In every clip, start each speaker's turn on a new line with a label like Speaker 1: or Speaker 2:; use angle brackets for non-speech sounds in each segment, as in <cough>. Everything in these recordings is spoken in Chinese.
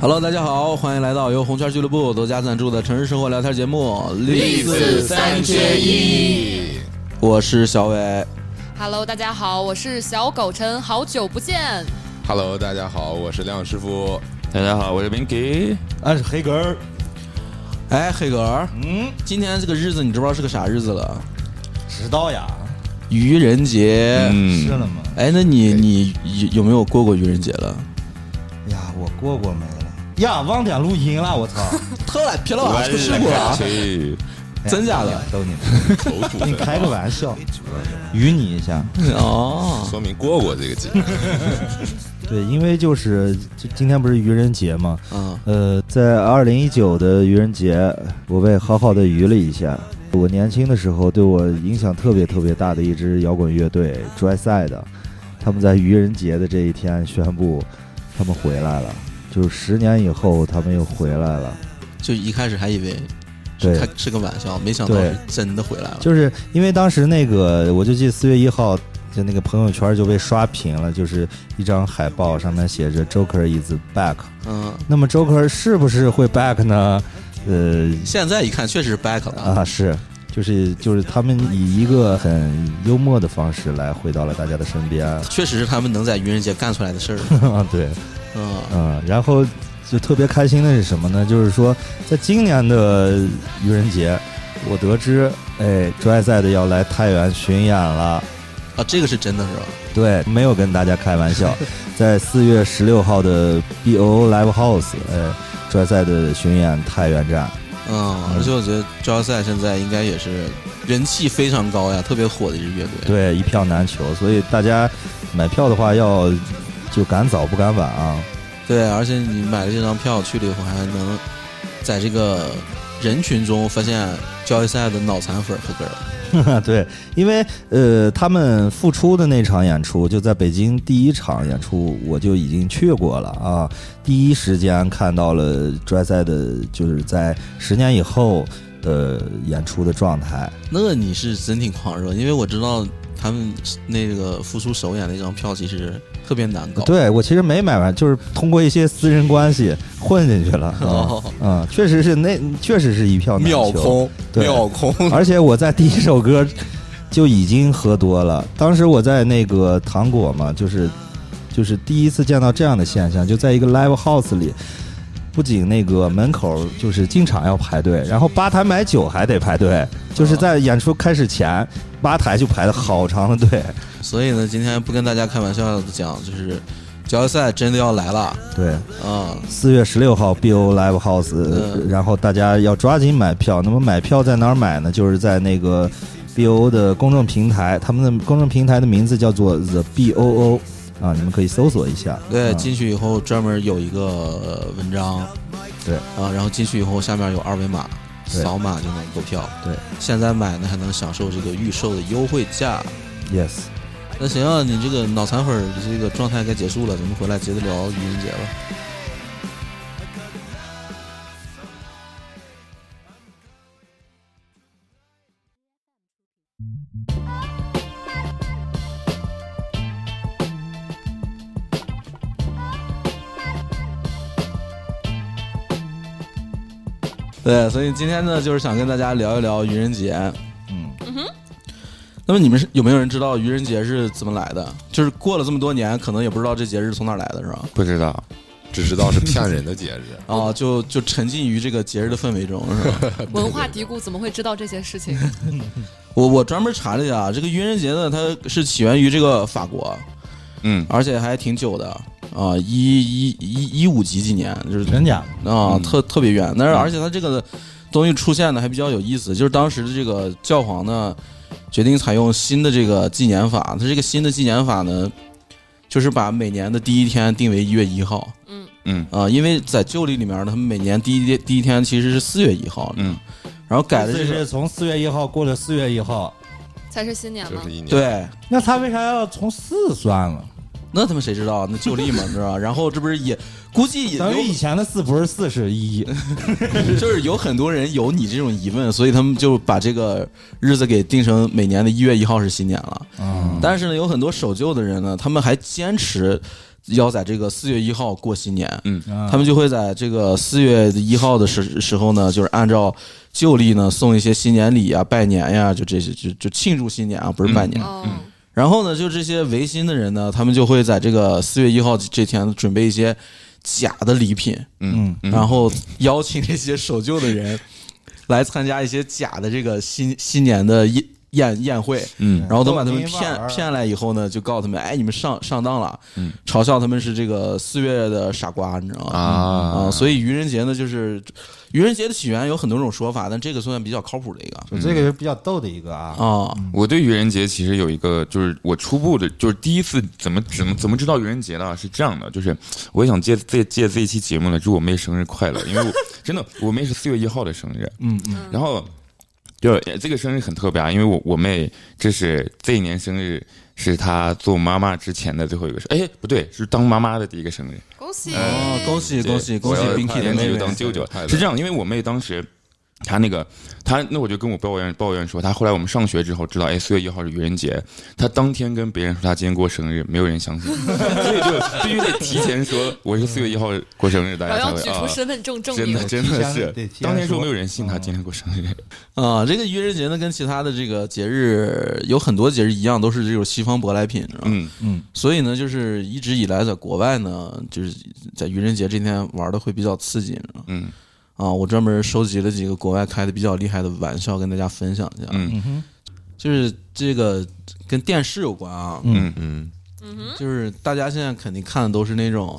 Speaker 1: Hello，大家好，欢迎来到由红圈俱乐部独家赞助的城市生活聊天节目《
Speaker 2: 栗子三缺一。
Speaker 1: 我是小伟，
Speaker 3: Hello，大家好，我是小狗陈，好久不见。
Speaker 2: Hello，大家好，我是亮师傅。
Speaker 4: 大家好，我是 Minky。
Speaker 5: 俺是黑根儿，
Speaker 1: 哎，黑格儿，
Speaker 5: 嗯，
Speaker 1: 今天这个日子你知不知道是个啥日子了？
Speaker 5: 知道呀，
Speaker 1: 愚人节。
Speaker 5: 是啊
Speaker 4: 嗯，
Speaker 5: 了吗？
Speaker 1: 哎，那你你有有没有过过愚人节了？
Speaker 5: 呀，我过过没了，呀，忘点录音了，我操！ <laughs>
Speaker 1: 特懒，撇老
Speaker 4: 我
Speaker 1: 板出事故了。
Speaker 4: 去，
Speaker 1: 真假的
Speaker 5: 哎呀逗你们，
Speaker 2: 啊口吐
Speaker 5: 你
Speaker 2: 芬
Speaker 5: 开个玩笑，愚你一下。
Speaker 1: 哦，
Speaker 2: 啊说明过过这个节，
Speaker 5: 对，因为就是就今天不是愚人节嘛，
Speaker 1: 嗯，
Speaker 5: 呃，在二零一九的愚人节，我被好好的愚了一下。我年轻的时候对我影响特别特别大的一支摇滚乐队 Dryside，他们在愚人节的这一天宣布他们回来了，就是十年以后他们又回来了。
Speaker 1: 就一开始还以为
Speaker 5: 对
Speaker 1: 是开是个玩笑，没想到
Speaker 5: 对
Speaker 1: 是真的回来了。
Speaker 5: 就是因为当时那个，我就记得四月一号，就那个朋友圈就被刷屏了，就是一张海报上面写着 “Joker is back”。
Speaker 1: 嗯，
Speaker 5: 那么 Joker 是不是会 back 呢？呃，
Speaker 1: 现在一看确实是 back 了。
Speaker 5: 啊是，就是就是他们以一个很幽默的方式来回到了大家的身边。
Speaker 1: 确实是他们能在愚人节干出来的事儿。
Speaker 5: <laughs> 啊，对，
Speaker 1: 嗯，
Speaker 5: 嗯，然后就特别开心的是什么呢？就是说，在今年的愚人节，我得知，哎，Dryside 要来太原巡演了。
Speaker 1: 啊，这个是真的是吧？
Speaker 5: 对，没有跟大家开玩笑，在四月十六号的 BO Live House，呃，拽赛的巡演太原站，
Speaker 1: 嗯，而且我觉得招赛现在应该也是人气非常高呀，特别火的一支乐队。
Speaker 5: 对，一票难求，所以大家买票的话要就赶早不赶晚啊。 <laughs>
Speaker 1: 对，而且你买了这张票去了以后，还能在这个人群中发现交易赛的脑残粉和歌儿。
Speaker 5: 对，因为呃，他们复出的那场演出就在北京第一场演出，我就已经去过了啊。第一时间看到了拽赛的，就是在十年以后的演出的状态。
Speaker 1: 那你是真挺狂热，因为我知道他们那个复出首演那张票其实特别难搞。，
Speaker 5: 对我其实没买完，就是通过一些私人关系混进去
Speaker 2: <laughs>
Speaker 5: 了。啊、
Speaker 1: 哦
Speaker 5: 嗯，确实是那确实是一票难
Speaker 2: 秒
Speaker 5: 求，
Speaker 2: 空，
Speaker 5: 对
Speaker 2: 秒空。
Speaker 5: 而且我在第一首歌就已经喝多了。当时我在那个糖果嘛，就是就是第一次见到这样的现象，就在一个 live house 里。不仅那个门口就是进场要排队，然后吧台买酒还得排队，就是在演出开始前，吧台就排了好长的队。
Speaker 1: 所以呢，今天不跟大家开玩笑的讲，就是交易赛真的要来了
Speaker 5: 对，
Speaker 1: 啊、
Speaker 5: 四月十六号 BO Live House，、
Speaker 1: 嗯
Speaker 5: 然后大家要抓紧买票。那么买票在哪儿买呢？就是在那个 BO 的公众平台，他们的公众平台的名字叫做 The BOO 啊，你们可以搜索一下。
Speaker 1: 对，
Speaker 5: 啊
Speaker 1: 进去以后专门有一个呃文章，
Speaker 5: 对
Speaker 1: 啊，然后进去以后下面有二维码，
Speaker 5: 对
Speaker 1: 扫码就能购票。
Speaker 5: 对，
Speaker 1: 现在买呢还能享受这个预售的优惠价。
Speaker 5: Yes，
Speaker 1: 那行啊，你这个脑残粉儿的这个状态该结束了，咱们回来接着聊愚人节吧。对，所以今天呢，就是想跟大家聊一聊愚人节。
Speaker 5: 嗯，
Speaker 1: 那么你们是有没有人知道愚人节是怎么来的？就是过了这么多年，可能也不知道这节日是从哪儿来的，是吧？
Speaker 4: 不知道，
Speaker 2: 只知道是骗人的节日，
Speaker 1: 啊，就就沉浸于这个节日的氛围中，是吧？
Speaker 3: 文化低谷怎么会知道这些事情？
Speaker 1: 我我专门查了一下，这个愚人节呢，它是起源于这个法国，
Speaker 4: 嗯，
Speaker 1: 而且还挺久的啊，一一一一五几几年，就是
Speaker 5: 真假？
Speaker 4: 嗯
Speaker 1: 啊，特特别远。但是而且它这个东西出现呢还比较有意思，就是当时的这个教皇呢决定采用新的这个纪年法，它这个新的纪年法呢，就是把每年的第一天定为一月一号。
Speaker 3: 嗯
Speaker 4: 嗯
Speaker 1: 啊，因为在旧历里面呢，他们每年第一天第一天其实是四月一号。
Speaker 4: 嗯，
Speaker 1: 然后改的这个
Speaker 5: 从四月一号过了四月一号，
Speaker 3: 才是新年
Speaker 2: 就
Speaker 3: 吗
Speaker 2: 是？一年。，
Speaker 1: 对。
Speaker 5: 那他为啥要从四算了？
Speaker 1: 那他妈谁知道？啊那旧历嘛，你 <laughs> 知道？然后这不是也估计也有
Speaker 5: 前的四不是四是一，
Speaker 1: 就是有很多人有你这种疑问，所以他们就把这个日子给定成每年的一月一号是新年了。
Speaker 5: 嗯，
Speaker 1: 但是呢，有很多守旧的人呢，他们还坚持要在这个四月一号过新年，
Speaker 5: 啊
Speaker 1: 他们就会在这个四月一号的时时候呢，就是按照旧历呢送一些新年礼啊、拜年呀、就这些就就庆祝新年啊，不是拜年。
Speaker 3: 哦，
Speaker 1: 然后呢，就这些维新的人呢，他们就会在这个四月一号这天准备一些假的礼品，
Speaker 5: 嗯
Speaker 1: 然后邀请这些守旧的人来参加一些假的这个新新年的宴宴宴会，
Speaker 4: 嗯
Speaker 1: 然后等把他们
Speaker 5: 逗你玩
Speaker 1: 骗
Speaker 5: 儿
Speaker 1: 骗来以后呢，就告诉他们，哎，你们上上当了，嗯嘲笑他们是这个四月的傻瓜，你知道吗？
Speaker 2: 啊
Speaker 1: 啊，所以愚人节呢，就是愚人节的起源有很多种说法，但这个算比较靠谱的一个
Speaker 5: 就这个是比较逗的一个啊，
Speaker 1: 啊，
Speaker 4: 我对愚人节其实有一个，就是我初步的，就是第一次怎么怎么怎么知道愚人节的啊，是这样的，就是我也想借借借这一期节目来祝我妹生日快乐，因为我真的我妹是四月一号的生日，嗯嗯，然后就这个生日很特别啊，因为我我妹这是这一年生日是她做妈妈之前的最后一个生，哎不对，是当妈妈的第一个生日，
Speaker 3: 恭喜！
Speaker 1: 哦，恭喜
Speaker 4: 对
Speaker 1: 恭喜恭喜
Speaker 4: 我要
Speaker 1: Binky 的
Speaker 4: 年
Speaker 1: 妹
Speaker 4: 纪
Speaker 1: 妹
Speaker 4: 就当舅舅
Speaker 2: 太累了
Speaker 4: 是这样，因为我妹当时。她那个，她那我就跟我抱怨抱怨说，她后来我们上学之后知道，哎，四月一号是愚人节，她当天跟别人说她今天过生日，没有人相信， <laughs> 所以就必须得提前说我是四月一号过生日，大
Speaker 3: 然
Speaker 4: 家
Speaker 3: 后
Speaker 4: 才
Speaker 3: 要
Speaker 4: 会
Speaker 3: 举
Speaker 4: 啊
Speaker 3: 出，身份证证
Speaker 4: 真
Speaker 3: 明
Speaker 4: 的。真
Speaker 5: 提
Speaker 4: 的
Speaker 5: 前
Speaker 4: 是
Speaker 5: 得提前
Speaker 4: 当天说
Speaker 5: 说
Speaker 4: 没有人信她今天过生日，
Speaker 1: 啊，这个愚人节呢，跟其他的这个节日有很多节日一样，都是这种西方舶来品，你知道吗？
Speaker 4: 嗯
Speaker 1: 所以呢，就是一直以来在国外呢，就是在愚人节这天玩的会比较刺激，你知道吗？
Speaker 4: 嗯
Speaker 1: 啊，我专门收集了几个国外开的比较厉害的玩笑，跟大家分享一下。
Speaker 4: 嗯
Speaker 1: 就是这个跟电视有关啊，
Speaker 4: 嗯，
Speaker 2: 嗯，
Speaker 1: 就是大家现在肯定看的都是那种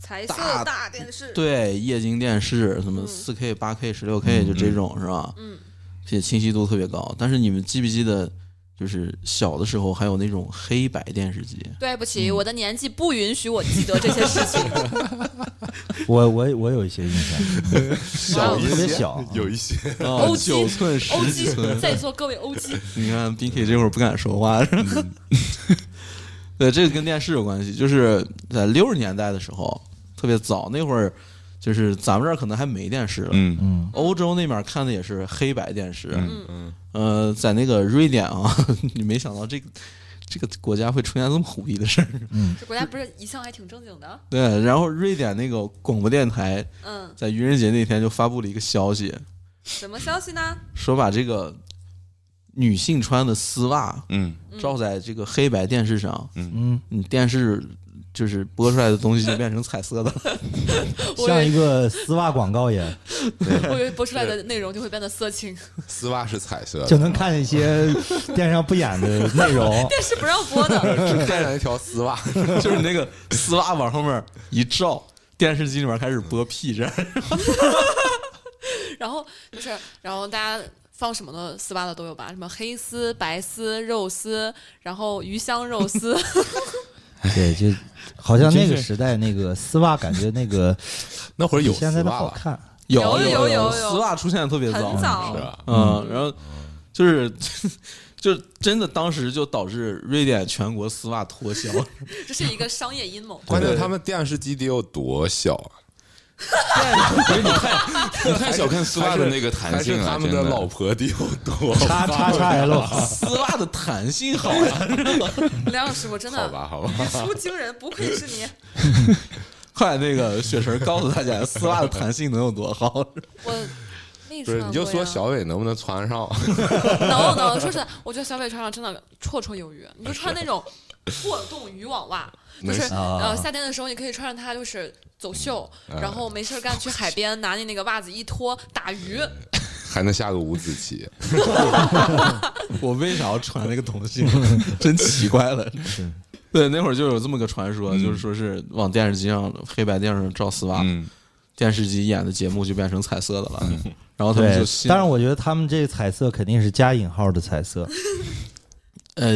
Speaker 3: 彩
Speaker 1: 色大
Speaker 3: 大电视，
Speaker 1: 对液晶电视，什么四 K、八 K、十六 K 就这种是吧？
Speaker 3: 嗯，
Speaker 1: 且清晰度特别高。但是你们记不记得，就是小的时候还有那种黑白电 <laughs> 视机？
Speaker 3: 对不起，我的年纪不允许我记得这些事情。
Speaker 5: 我我我有一些印象，
Speaker 3: 哇哦
Speaker 5: 特别小，
Speaker 2: 有一些
Speaker 1: 啊
Speaker 3: OG
Speaker 1: 九寸、
Speaker 3: 欧
Speaker 1: 十
Speaker 3: 记
Speaker 1: <laughs> 寸，
Speaker 3: 在座各位欧记，
Speaker 1: 你看 Binky 这会儿不敢说话。是吧 <laughs> 对，这个跟电视有关系，就是在六十年代的时候，特别早那会儿，就是咱们这儿可能还没电视了。
Speaker 4: 嗯
Speaker 5: 嗯，
Speaker 1: 欧洲那边看的也是黑白电视，
Speaker 4: 嗯
Speaker 2: 嗯
Speaker 1: 呃，在那个瑞典啊， <laughs> 你没想到这个这个国家会出现这么虎逼的事儿。
Speaker 3: 这国家不是一向还挺正经的？
Speaker 1: 对，然后瑞典那个广播电台
Speaker 3: 嗯，
Speaker 1: 在愚人节那天就发布了一个消息，
Speaker 3: 什么消息呢？
Speaker 1: 说把这个女性穿的丝袜
Speaker 4: 嗯
Speaker 1: 照在这个黑白电视上，
Speaker 5: 嗯，
Speaker 1: 你电视就是播出来的东西就变成彩色的。
Speaker 3: 我以
Speaker 5: 像一
Speaker 3: 为
Speaker 5: 个丝袜广告一样，
Speaker 3: 我以为播出来的内容就会变得色情， <laughs>
Speaker 2: 丝袜是彩色
Speaker 5: 就
Speaker 2: 的，
Speaker 5: 能看一些电视上不演的内容。
Speaker 3: 电视不让播的。
Speaker 2: 只看上一条丝袜，
Speaker 1: <laughs> 就是你那个丝袜往后面一照，电视机里面开始播 P 这样。
Speaker 3: 然后就是，然后大家放什么的丝袜的都有吧？什么黑丝、白丝、肉丝，然后鱼香肉丝，
Speaker 5: <laughs> 对，就好像那
Speaker 4: 真
Speaker 5: 个
Speaker 4: 是
Speaker 5: 时代那个丝袜，感觉那个
Speaker 2: 那会儿
Speaker 5: 比
Speaker 2: 有
Speaker 5: 现
Speaker 2: 丝
Speaker 5: 在的
Speaker 2: 袜
Speaker 5: 好
Speaker 2: 了，
Speaker 4: <laughs>
Speaker 5: 看。
Speaker 1: <laughs> 有
Speaker 3: 有有有有
Speaker 1: 丝袜出现的特别
Speaker 3: 很早
Speaker 2: 是。吧？
Speaker 1: 嗯，然后就是就真的当时就导致瑞典全国丝袜脱 <laughs> 销，
Speaker 3: 这是一个商业
Speaker 2: <laughs>
Speaker 3: 阴谋。
Speaker 2: 关键他们电视机得有多小啊？
Speaker 4: 不是你太你太小看丝袜的那个弹
Speaker 2: 还
Speaker 5: 啊
Speaker 2: 是
Speaker 4: 性
Speaker 2: 他
Speaker 4: 了，
Speaker 2: 们
Speaker 4: 真
Speaker 2: 的老婆得有多
Speaker 5: 叉叉叉
Speaker 4: <laughs>
Speaker 5: L，
Speaker 1: 丝袜的弹性好呀。
Speaker 3: 梁老师，我
Speaker 5: <laughs>
Speaker 3: 真
Speaker 2: 好
Speaker 3: 的
Speaker 2: 吧，好吧，
Speaker 3: 语出惊人，不愧
Speaker 2: <laughs>
Speaker 3: 是你。
Speaker 1: 快，那个雪晨告诉大家，丝袜的弹性能有多 <laughs> 好？
Speaker 3: 我
Speaker 2: 不
Speaker 3: 没穿
Speaker 2: 是
Speaker 3: 过
Speaker 2: 你就说
Speaker 3: 呀 <laughs>
Speaker 2: 小伟能不能穿上？ <laughs>
Speaker 3: 能能，说实在，我觉得小北穿上真的绰绰有余。你就穿那种破洞渔网袜，就是
Speaker 5: 能啊
Speaker 3: 呃夏天的时候你可以穿上它，就是走秀，
Speaker 2: 嗯
Speaker 3: 然后没事儿干去海边拿你那个袜子一脱打鱼，
Speaker 2: 嗯还能下个五子棋？
Speaker 1: 我为啥要穿那个东西？ <laughs> 真奇怪了。嗯对，那会儿就有这么个传说，就是说是往电视机上黑白电视上照丝袜，
Speaker 4: 嗯
Speaker 1: 电视机演的节目就变成彩色的了。然后他们
Speaker 5: 对
Speaker 1: 就，信了。
Speaker 5: 当然我觉得他们这个彩色肯定是加引号的彩色，
Speaker 1: 呃，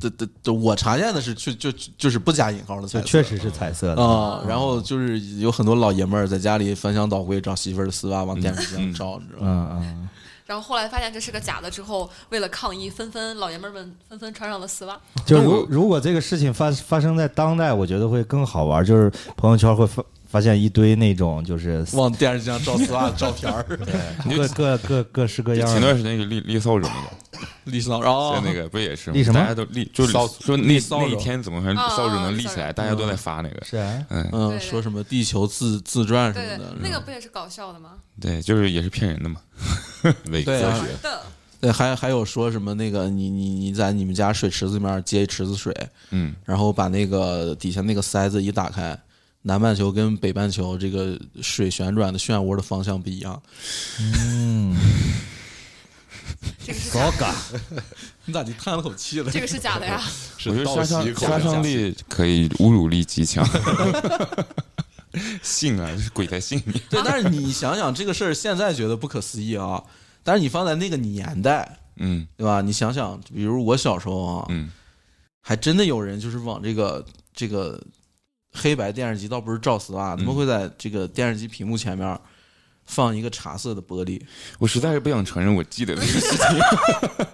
Speaker 1: 这这这，我查见的是就就就是不加引号的彩
Speaker 5: 就
Speaker 1: 色，
Speaker 5: 确实是彩色
Speaker 4: 嗯
Speaker 5: 的。
Speaker 1: 啊、然后就是有很多老爷们儿在家里翻箱倒柜找媳妇儿的丝袜，往电视机上照，你知道吗？
Speaker 5: 嗯嗯，
Speaker 3: 然后后来发现这是个假的之后，为了抗议，纷纷老爷们儿们纷纷穿上了丝袜。
Speaker 5: 就是
Speaker 4: 但我
Speaker 5: 如如果这个事情发发生在当代，我觉得会更好玩。就是朋友圈会发发现一堆那种就是
Speaker 1: 往电视机 <laughs> 上照丝袜的照片儿，
Speaker 4: 你
Speaker 5: 各
Speaker 4: 就
Speaker 5: 各各各式各
Speaker 4: 就
Speaker 5: 样
Speaker 4: 前
Speaker 5: 的
Speaker 4: 段时间就绿绿扫帚那个，
Speaker 1: 立骚扰
Speaker 4: 在
Speaker 1: 啊
Speaker 4: 那个不也是吗
Speaker 5: 立什么
Speaker 4: 大家都哦立，就是
Speaker 2: 骚
Speaker 4: 说那
Speaker 1: 立骚
Speaker 4: 那
Speaker 1: 扰
Speaker 4: 一天怎么回事？
Speaker 3: 哦
Speaker 4: 扫帚能立
Speaker 3: 哦
Speaker 4: 起来，
Speaker 3: 骚
Speaker 4: 大家都在发那个。
Speaker 5: 是啊，
Speaker 4: 嗯，
Speaker 1: 嗯，
Speaker 3: 对
Speaker 1: 说什么地球自自转什
Speaker 3: 对
Speaker 1: 么
Speaker 3: 对
Speaker 1: 的，，
Speaker 3: 那
Speaker 1: 是
Speaker 3: 个
Speaker 1: 吧
Speaker 3: 不也是搞笑的吗？
Speaker 4: 对，就是也是骗人的嘛。
Speaker 2: 伪科
Speaker 1: 对啊
Speaker 2: 学
Speaker 3: 玩的，
Speaker 1: 对，还还有说什么那个你你你在你们家水池子里面接一池子水，
Speaker 4: 嗯，
Speaker 1: 然后把那个底下那个塞子一打开，南半球跟北半球这个水旋转的漩涡的方向不一样。
Speaker 3: 这个是
Speaker 4: <laughs>
Speaker 5: 搞嘎，
Speaker 1: <laughs> 你咋就叹了口气
Speaker 3: <laughs>
Speaker 1: 了
Speaker 3: 这个是假的呀，
Speaker 2: 是
Speaker 4: 我觉得
Speaker 2: 倒
Speaker 4: 杀
Speaker 2: 吸
Speaker 4: 伤
Speaker 2: 口
Speaker 4: 杀伤
Speaker 2: 香
Speaker 4: 力可以，侮辱力极 <laughs> 强。信啊，就是鬼才信你。
Speaker 1: <laughs> 对，但是你想想这个事儿，现在觉得不可思议啊，但是你放在那个年代，
Speaker 4: 嗯
Speaker 1: 对吧？你想想，比如我小时候啊，
Speaker 4: 嗯，
Speaker 1: 还真的有人就是往这个这个黑白电视机，倒不是照丝袜，他们
Speaker 4: 嗯
Speaker 1: 会在这个电视机屏幕前面放一个茶色的玻璃， <laughs>
Speaker 4: 我实在是不想承认我记得的事 <laughs> 情，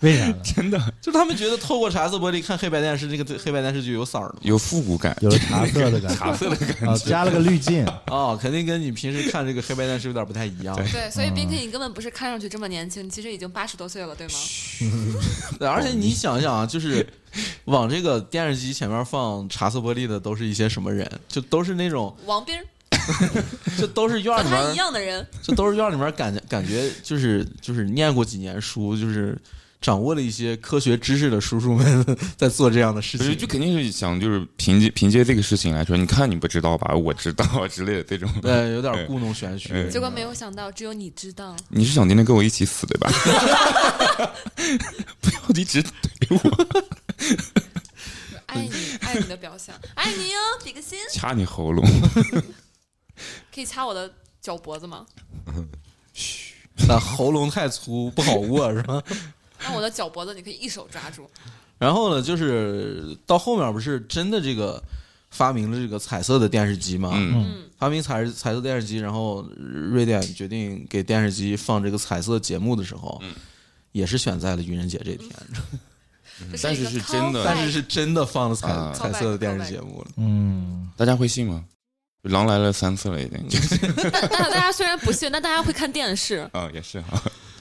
Speaker 5: 为啥呢？
Speaker 4: 真的
Speaker 1: 就是他们觉得透过茶色玻璃看黑白电视，这个黑白电视就有色儿了。
Speaker 4: 有复古感，
Speaker 5: 有了茶色的感觉
Speaker 4: 茶色的感
Speaker 5: 啊，加了个滤镜，
Speaker 1: 哦，肯定跟你平时看这个黑白电视有点不太一样。
Speaker 3: 对，
Speaker 4: 嗯
Speaker 3: 所以 b i n k 你根本不是看上去这么年轻，你其实已经八十多岁了，对吗？
Speaker 1: 对，而且你想想啊， <laughs> 就是往这个电视机前面放茶色玻璃的，都是一些什么人？就都是那种，
Speaker 3: 王斌儿
Speaker 1: 就都是院
Speaker 3: 和
Speaker 1: 里
Speaker 3: 他一
Speaker 1: 面，
Speaker 3: 样的人，
Speaker 1: 就都是院里面感觉感觉就是就是念过几年书，就是掌握了一些科学知识的叔叔们 <laughs> 在做这样的事
Speaker 4: 不是，就
Speaker 1: 情。
Speaker 4: 肯定是想就是凭借凭借这个事情来说，你看你不知道吧，我知道 <laughs> 之类的这种。
Speaker 1: 对，呃有点故弄玄虚。
Speaker 4: 嗯
Speaker 3: 结果没有想到，只有你知道。
Speaker 4: 你是想今天跟我一起死对 <laughs> 吧？不要一直怼我，
Speaker 3: 爱你，爱你的表象，爱你哟，比个心，
Speaker 4: 掐你喉咙。
Speaker 3: 可以掐我的脚脖子吗？
Speaker 1: 那喉咙太粗不好握是吧？
Speaker 3: 那我的脚脖子你可以一手抓住，
Speaker 1: 然后呢，就是到后面不是真的这个发明了这个彩色的电视机嘛？
Speaker 4: 嗯，
Speaker 3: 嗯，
Speaker 1: 发明彩彩色电视机，然后瑞典决定给电视机放这个彩色节目的时候，
Speaker 4: 嗯
Speaker 1: 也是选在了愚人节这天，
Speaker 3: 嗯这
Speaker 4: 但
Speaker 3: 一
Speaker 4: 是
Speaker 3: 个
Speaker 4: 是真的
Speaker 3: callback
Speaker 1: 但是是真的放了彩、
Speaker 4: 啊
Speaker 1: 彩色的电视节目了。
Speaker 5: 嗯，
Speaker 4: 大家会信吗？狼来了三次了，已
Speaker 1: 嗯
Speaker 4: <laughs> 经。就是。
Speaker 3: 但但大家虽然不信，但大家会看电视
Speaker 4: 啊，也
Speaker 1: <laughs>
Speaker 4: 是哈。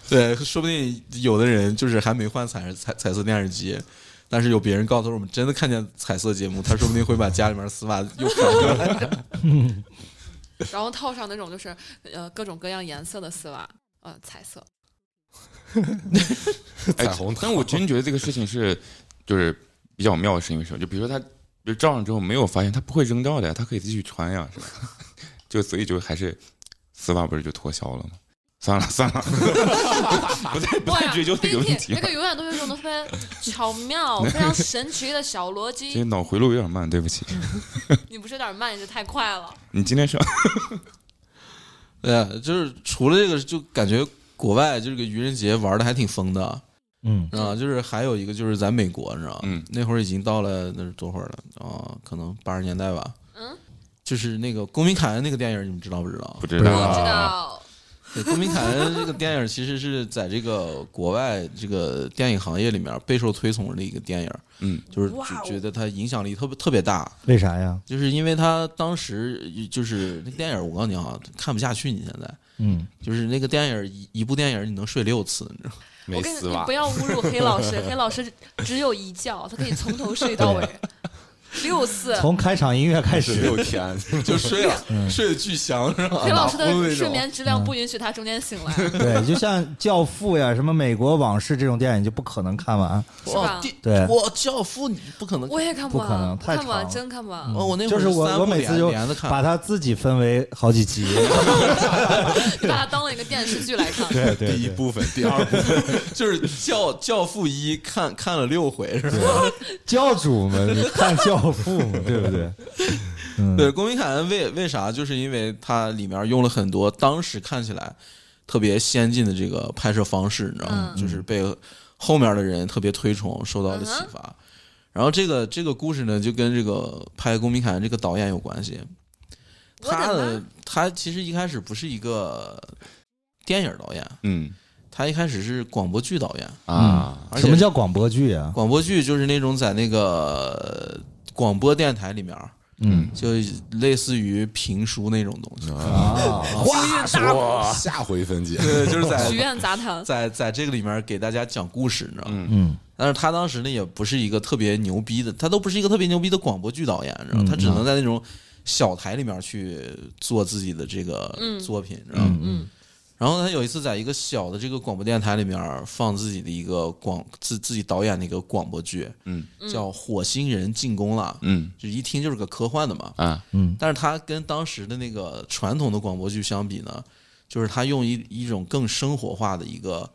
Speaker 1: 对，说不定有的人就是还没换彩彩彩色电视机，但是有别人告诉他我们真的看见彩色节目，他说不定会把家里面的丝袜又翻过来。 <laughs>
Speaker 3: 然后套上那种就是呃各种各样颜色的丝袜，呃彩色，
Speaker 4: 哎
Speaker 2: 彩虹糖
Speaker 4: 但我真觉得这个事情是，就是比较妙，是因为什么？就比如说他，就照上之后没有发现，他不会扔掉的呀，他可以继续穿呀，是吧？ <laughs> 就所以就还是丝袜不是就脱销了吗？算了算了， <laughs> 不再不
Speaker 3: 哇
Speaker 4: 再追究这个问
Speaker 3: Vicky，
Speaker 4: 题
Speaker 3: 那个
Speaker 4: 了。
Speaker 3: 永远都是一种特别巧妙、 <laughs> 非常神奇的小逻
Speaker 4: 这 <laughs>
Speaker 3: 辑。
Speaker 4: 脑回路有点慢，对不起。
Speaker 3: 你不是有点慢，你是太快了。
Speaker 4: 你今天是
Speaker 1: 对，啊就是除了这个，就感觉国外就这个愚人节玩的还挺疯的。
Speaker 5: 嗯，
Speaker 1: 啊，就是还有一个就是咱美国，你知道吗？
Speaker 4: 嗯
Speaker 1: 那会儿已经到了那是多会儿了啊？可能八十年代吧。
Speaker 3: 嗯，
Speaker 1: 就是那个《公民凯恩》那个电影，你们知道不知道？
Speaker 4: 不知
Speaker 5: 不
Speaker 3: 我
Speaker 5: 知
Speaker 4: 道
Speaker 3: 知道，
Speaker 1: 对，《公民凯恩》这个电影其实是在这个国外这个电影行业里面备受推崇的一个电影，
Speaker 4: 嗯，
Speaker 1: 就是
Speaker 3: 哇哦
Speaker 1: 就觉得它影响力特别特别大，
Speaker 5: 为啥呀？
Speaker 1: 就是因为它当时就是那电影，我告诉你啊，看不下去，你现在。
Speaker 5: 嗯，
Speaker 1: 就是那个电影一一部电影你能睡六次，你知道吗？ <laughs>
Speaker 2: 没
Speaker 3: 我跟你
Speaker 2: 丝
Speaker 3: 你
Speaker 2: 袜
Speaker 3: 不，要侮辱黑老师，黑老师只有一觉，他可以从头睡到尾，六次。
Speaker 5: <laughs> 从开场音乐开
Speaker 2: 是
Speaker 5: 始
Speaker 2: 六，天，
Speaker 5: 哎
Speaker 1: 就睡
Speaker 5: 嗯
Speaker 1: 了，睡得巨香，是吧？
Speaker 3: 黑老师
Speaker 1: 打昏那
Speaker 3: 的
Speaker 1: 种
Speaker 3: 睡眠质量不允许他中间醒来，
Speaker 5: <laughs> 对，就像《教父》呀、什么《美国往事》这种电影就不可能看完，
Speaker 3: 是
Speaker 1: 哇
Speaker 3: 吧？
Speaker 1: 第
Speaker 5: 对
Speaker 1: 我教父你不可能。
Speaker 3: 我也看
Speaker 5: 不可能
Speaker 3: 完，
Speaker 5: 太
Speaker 3: 看完
Speaker 5: 长
Speaker 3: 真看
Speaker 1: <laughs>
Speaker 3: 完。
Speaker 1: 哦，我那会
Speaker 5: 就
Speaker 1: 儿
Speaker 5: 是
Speaker 1: 三
Speaker 5: 我
Speaker 1: 部
Speaker 5: 我每
Speaker 1: 连
Speaker 5: 次就
Speaker 1: 连着看，
Speaker 5: 把它自己分为好
Speaker 1: <laughs>
Speaker 5: 几集，
Speaker 3: 把它当了一个电视剧来看。
Speaker 5: 对对
Speaker 2: 第一
Speaker 5: 对
Speaker 2: 部分、第二部分，
Speaker 1: 就是教教父一看看了六回是吧？
Speaker 5: 教主
Speaker 1: <laughs>
Speaker 5: 们你看《教父》嘛，对不对？嗯，
Speaker 1: 对，《公民凯恩》为为啥？就是因为它里面用了很多当时看起来特别先进的这个拍摄方式，你知道吗？
Speaker 3: 嗯
Speaker 1: 就是被后面的人特别推崇，受到了启发。然后这个这个故事呢，就跟这个拍《公民凯恩》这个导演有关系。
Speaker 3: 我的
Speaker 1: 他
Speaker 3: 妈！
Speaker 1: 他其实一开始不是一个电影导演，
Speaker 4: 嗯
Speaker 1: 他一开始是广播剧导演。
Speaker 4: 啊，
Speaker 1: 而且
Speaker 5: 什么叫广播剧啊？
Speaker 1: 广播剧？就是那种在那个呃广播电台里面
Speaker 5: 嗯
Speaker 1: 就类似于评书那种东西。
Speaker 5: 啊，
Speaker 2: 话说下回分解，
Speaker 1: 对， <laughs> 就是
Speaker 3: 许
Speaker 1: 在
Speaker 3: 愿杂谈，
Speaker 1: 在在这个里面给大家讲故事，你知道吗？
Speaker 5: 嗯
Speaker 1: 但是他当时呢，也不是一个特别牛逼的，他都不是一个特别牛逼的广播剧导演，你知道吗？
Speaker 5: 嗯
Speaker 1: 他只能在那种小台里面去做自己的这个
Speaker 3: 嗯
Speaker 1: 作品，你知道吗？
Speaker 5: 嗯嗯
Speaker 1: 然后他有一次在一个小的这个广播电台里面放自己的一个广自自己导演的一个广播剧，
Speaker 4: 嗯，
Speaker 1: 叫《火星人进宫了》，
Speaker 4: 嗯
Speaker 1: 就一听就是个科幻的嘛。
Speaker 4: 啊，
Speaker 5: 嗯
Speaker 1: 但是他跟当时的那个传统的广播剧相比呢，就是他用一一种更生活化的一个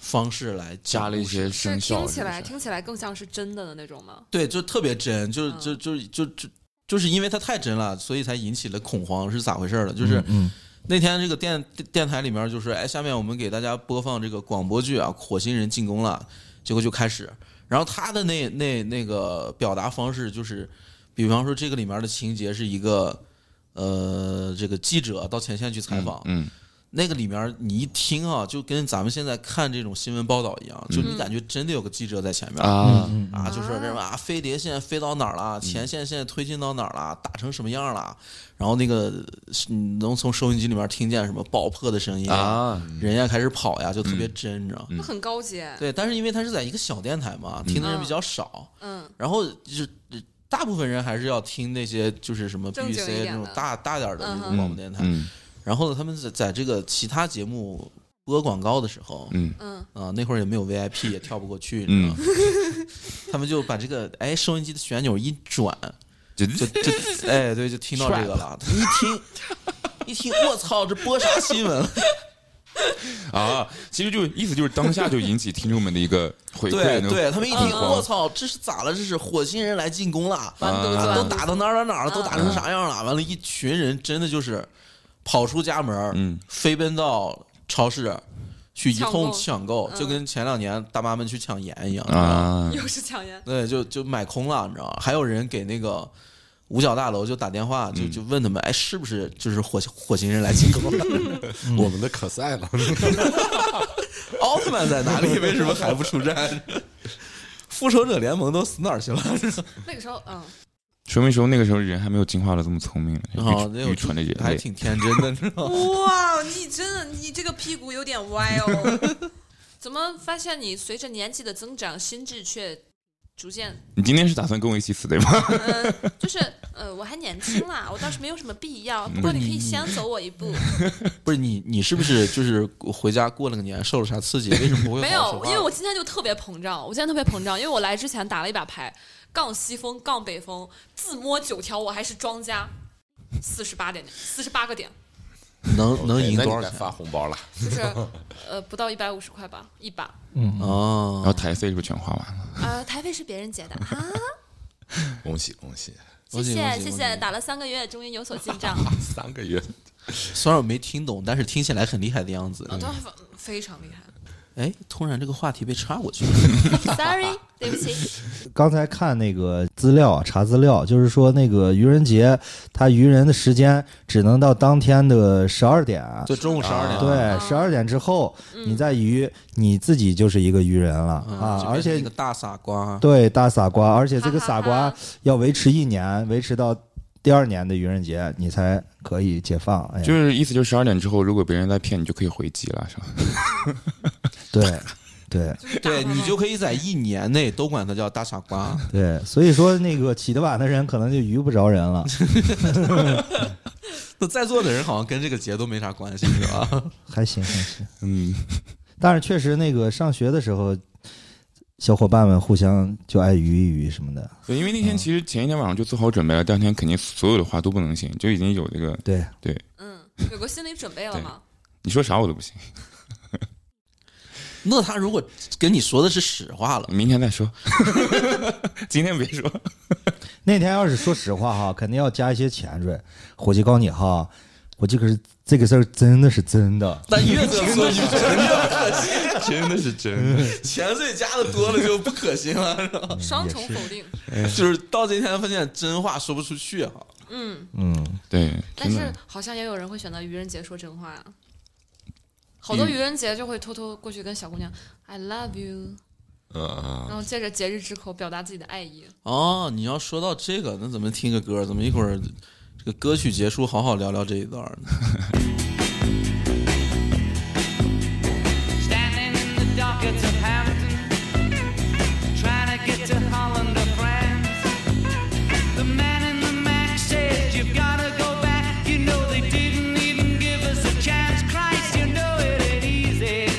Speaker 1: 方式来讲
Speaker 4: 加了一
Speaker 1: 故事
Speaker 4: 些
Speaker 3: 是
Speaker 4: 声效，
Speaker 3: 听起来
Speaker 4: 是不是
Speaker 3: 听起来更像是真的的那种吗？
Speaker 1: 对，就特别真，就是就就就就就是因为它太真了，所以才引起了恐慌，是咋回事儿了？就是
Speaker 5: 嗯
Speaker 1: 那天这个电电电台里面就是，哎，下面我们给大家播放这个广播剧啊，《火星人进攻了》，结果就开始，然后他的那那那个表达方式就是，比方说这个里面的情节是一个。呃，这个记者到前线去采访，
Speaker 4: 嗯，
Speaker 1: 那个里面你一听啊，就跟咱们现在看这种新闻报道一样，就你感觉真的有个记者在前面，
Speaker 4: 嗯啊，
Speaker 1: 啊，就是这种啊，飞碟现在飞到哪儿
Speaker 4: 嗯
Speaker 1: 了？前线现在推进到哪儿了？打成什么样了？然后那个是你能从收音机里面听见什么爆破的声音嗯
Speaker 4: 啊，嗯
Speaker 1: 人家开始跑呀，就特别真，你知道吗？
Speaker 3: 那很高级，
Speaker 1: 嗯对，但是因为它是在一个小电台嘛，听的人比较少，
Speaker 3: 嗯，
Speaker 1: 然后就是大部分人还是要听那些就是什么
Speaker 3: 正经
Speaker 1: BBC
Speaker 3: 一
Speaker 1: 这
Speaker 3: 点的
Speaker 1: 种大大点儿的那
Speaker 3: 嗯
Speaker 1: 种广播电台。
Speaker 4: 嗯
Speaker 1: 然后呢，他们在在这个其他节目播广告的时候，
Speaker 4: 嗯
Speaker 3: 嗯，
Speaker 1: 啊，那会儿也没有 VIP，也跳不过去，你知道
Speaker 4: 嗯
Speaker 1: 吗？， <laughs> 他们就把这个哎收音机的旋钮一转，
Speaker 4: 就
Speaker 1: 就就哎对，就听到这个了。一听一听，我操，这播啥新闻？
Speaker 4: <laughs> 啊，其实就是意思就是当下就引起听众们的一个回
Speaker 1: 对
Speaker 4: 馈，
Speaker 1: 对，他们一听，
Speaker 4: 嗯
Speaker 1: 我操，这是咋了？这是火星人来进攻了，
Speaker 3: 豌豆
Speaker 4: 啊
Speaker 1: 都
Speaker 3: 钻，
Speaker 1: 打到哪儿哪儿哪儿了，都打成
Speaker 4: 嗯
Speaker 1: 啥样了？完了，一群人真的就是跑出家门，
Speaker 4: 嗯，
Speaker 1: 飞奔到超市去一
Speaker 3: 抢
Speaker 1: 通
Speaker 3: 购
Speaker 1: 抢购，就跟前两年大妈们去抢盐一样。嗯
Speaker 4: 啊，
Speaker 3: 又是抢盐，
Speaker 1: 对，就就买空了，你知道吗？还有人给那个五角大楼就打电话，
Speaker 4: 嗯
Speaker 1: 就就问他们，哎，是不是就是火星火星人来进攻了？
Speaker 2: 我们的可赛了，
Speaker 1: 奥特曼在哪里？为什么还不出战？ <laughs> 复仇者联盟都死哪儿去了？ <laughs>
Speaker 3: 那个时候，嗯，
Speaker 4: 说明时候那个时候人还没有进化的这么聪明，
Speaker 1: 啊，那
Speaker 4: 愚愚蠢的人
Speaker 1: 还
Speaker 4: 类，
Speaker 1: 挺天真的，你知道吗？ <laughs>
Speaker 3: 哇，你真的，你这个屁股有点歪哦。
Speaker 1: <laughs>
Speaker 3: 怎么发现你随着年纪的增长，心智却
Speaker 1: <laughs>
Speaker 3: 逐渐……
Speaker 4: 你今天是打算跟我一起死对吗？
Speaker 3: 嗯，就是呃，我还年轻啦，我倒是没有什么必要。不过你可以先走我一步，
Speaker 1: 不是你，你是不是就是回家过了个年，受了啥刺激？为什么不会
Speaker 3: 没
Speaker 1: 好好说
Speaker 3: 有，
Speaker 1: 话
Speaker 3: 因为我今天就特别膨胀，我今天特别膨胀，因为我来之前打了一把牌，杠西风，杠北风，自摸九条，我还是庄家，四十八点，四十八个点，
Speaker 1: 能能赢多
Speaker 2: 哎 OK，那你
Speaker 1: 少
Speaker 2: 该
Speaker 1: 钱
Speaker 2: 发红包了，
Speaker 1: <laughs>
Speaker 3: 就是呃不到一百五十块吧，一把。
Speaker 5: 嗯，
Speaker 4: 然后
Speaker 1: 啊？
Speaker 4: 台费是不是全花完了？
Speaker 3: 呃，台费是别人结的
Speaker 1: <laughs>
Speaker 3: 啊，
Speaker 2: 恭喜恭喜，
Speaker 3: 谢
Speaker 1: 恭喜恭喜
Speaker 3: 谢谢
Speaker 1: 恭喜
Speaker 3: 谢，打了三个月，终于有所进账。
Speaker 2: 三个月
Speaker 1: 虽然我没听懂，但是听起来很厉害的样子。
Speaker 3: <laughs> 啊，对，非常厉害。
Speaker 1: 哎，突然这个话题被插过去了。
Speaker 4: <laughs>
Speaker 1: <laughs>
Speaker 3: Sorry，对不起。
Speaker 5: 刚才看那个资料啊，查资料，就是说那个愚人节，它愚人的时间只能到当天的十二点，
Speaker 1: 就中午十二点，
Speaker 4: 啊
Speaker 5: 对，十二点之后你再愚，你自己就是一个愚人了
Speaker 1: 嗯
Speaker 5: 啊，
Speaker 1: 就
Speaker 5: 而
Speaker 1: 变成一
Speaker 5: 且
Speaker 1: 个大傻瓜，
Speaker 4: 啊
Speaker 5: 对大傻瓜，而且这个
Speaker 3: 哈哈
Speaker 5: 傻瓜
Speaker 3: 哈
Speaker 5: 要维持一年，维持到第二年的愚人节，你才可以解放。哎
Speaker 4: <laughs>
Speaker 5: 呀
Speaker 4: 就是意思就是十二点之后，如果别人在骗你，就可以回击了，是吧？ <laughs>
Speaker 5: 对， <laughs> 对，
Speaker 1: 对你就可以在一年内都管他叫大傻 <laughs> 瓜。
Speaker 5: 对，所以说那个起得晚的人可能就愚不着
Speaker 4: <laughs>
Speaker 5: 人了。
Speaker 1: 那在座的人好像跟这个节都没啥关系，是吧？
Speaker 5: 还行还行，
Speaker 4: 嗯，
Speaker 5: 但是确实那个上学的时候，小伙伴们互相就爱鱼一鱼什么的。
Speaker 4: 对，因为那天其实前一天晚上就做好准备了，第二天肯定所有的话都不能信，就已经有这个
Speaker 5: 对，
Speaker 3: 嗯，有个心理准备了吗？
Speaker 4: 你说啥我都不信，
Speaker 1: <laughs> 那他如果跟你说的是实话了，
Speaker 4: 明天再说， <laughs> 今天别说。
Speaker 5: 那天要是说实话哈，肯定要加一些前缀。伙计告诉你哈，我这个是这个事儿真的是真的，
Speaker 1: <laughs> 但 <laughs> 越这么说就真的可信，<laughs>
Speaker 4: 真的是真的，
Speaker 1: 前缀加的多了就不可信了，嗯是吧？
Speaker 3: 双重否定。
Speaker 1: 就是到今天发现真话说不出去哈。
Speaker 3: 嗯，
Speaker 5: 嗯，
Speaker 4: 对，
Speaker 3: 但
Speaker 4: 真
Speaker 3: 是
Speaker 4: 的，
Speaker 3: 好像也有人会选择愚人节说真话呀。啊好多
Speaker 4: 嗯
Speaker 3: 嗯愚人节就会偷偷过去跟小姑娘，I love you，
Speaker 2: 嗯啊
Speaker 3: 然后借着节日之口表达自己的爱意。
Speaker 1: 哦，你要说到这个，那咱们听个歌，咱们一会儿这个歌曲结束，好好聊聊这一段儿。
Speaker 6: Standing in the dockets of Hampton, trying to get to Holland or France. The man in the Mac said, You've gotta go back. You know they didn't even give us a chance. Christ, you know it ain't easy.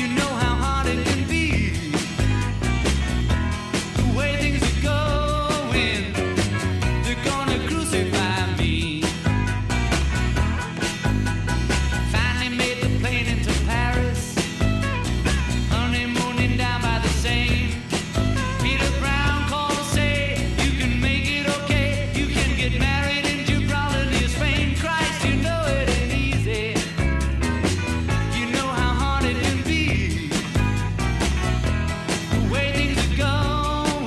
Speaker 6: You know how hard it can be. The way things are going, they're gonna crucify me. Finally made the plane into Paris. Honeymooning down by the Seine. Peter Brown called to say, You can make it okay. You can get married in Gibraltar near Spain. Christ, you know it ain't easy. You know how hard it can be. The way things are going,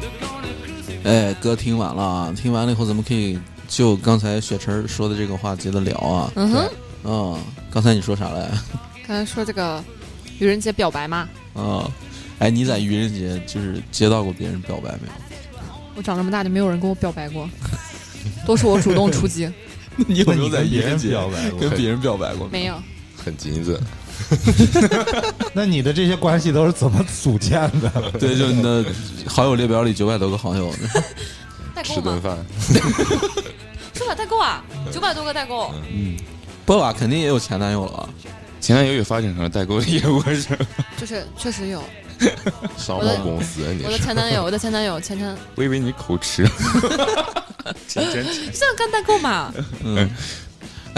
Speaker 6: they're gonna crucify.
Speaker 1: 哎，歌听完了啊，听完了以后，咱们可以就刚才雪晨说的这个话接着聊啊。
Speaker 3: 嗯哼，
Speaker 1: 嗯，刚才你说啥来？ <laughs>
Speaker 3: 刚才说这个愚人节表白嘛，
Speaker 1: 啊，哎，你在愚人节就是接到过别人表白没有？
Speaker 5: <laughs>
Speaker 3: 我长这么大就没有人跟我表白 <laughs> 过，都是我主动出击，
Speaker 1: 你有
Speaker 5: 那
Speaker 1: 没有
Speaker 5: 你
Speaker 1: 在
Speaker 5: 跟
Speaker 1: 愚
Speaker 5: 别
Speaker 1: 人
Speaker 5: 人
Speaker 1: 节
Speaker 5: 表白过
Speaker 1: 跟？别人表白过？
Speaker 3: <laughs> 没有。
Speaker 2: 很精准，
Speaker 5: 那你的这些关系都是怎么组建的？
Speaker 1: 对，就你的好友列表里九百多个好友， <laughs>
Speaker 3: 代购
Speaker 2: 吃顿
Speaker 3: 嘛，
Speaker 2: 饭，
Speaker 3: 是嗯吧？代购啊，九百多个代购，
Speaker 1: 波娃肯定也有前男友了啊。
Speaker 4: 前男友也发展成了代购的业务，是吧
Speaker 3: 就是确实有。
Speaker 2: 商贸公司你
Speaker 3: 我的
Speaker 2: 是
Speaker 3: 前男友，我的前男友，前前
Speaker 4: 我以为你
Speaker 3: <laughs>
Speaker 4: 口吃。前前前
Speaker 3: 就像干代购 <laughs> 嘛，
Speaker 1: 嗯，哎，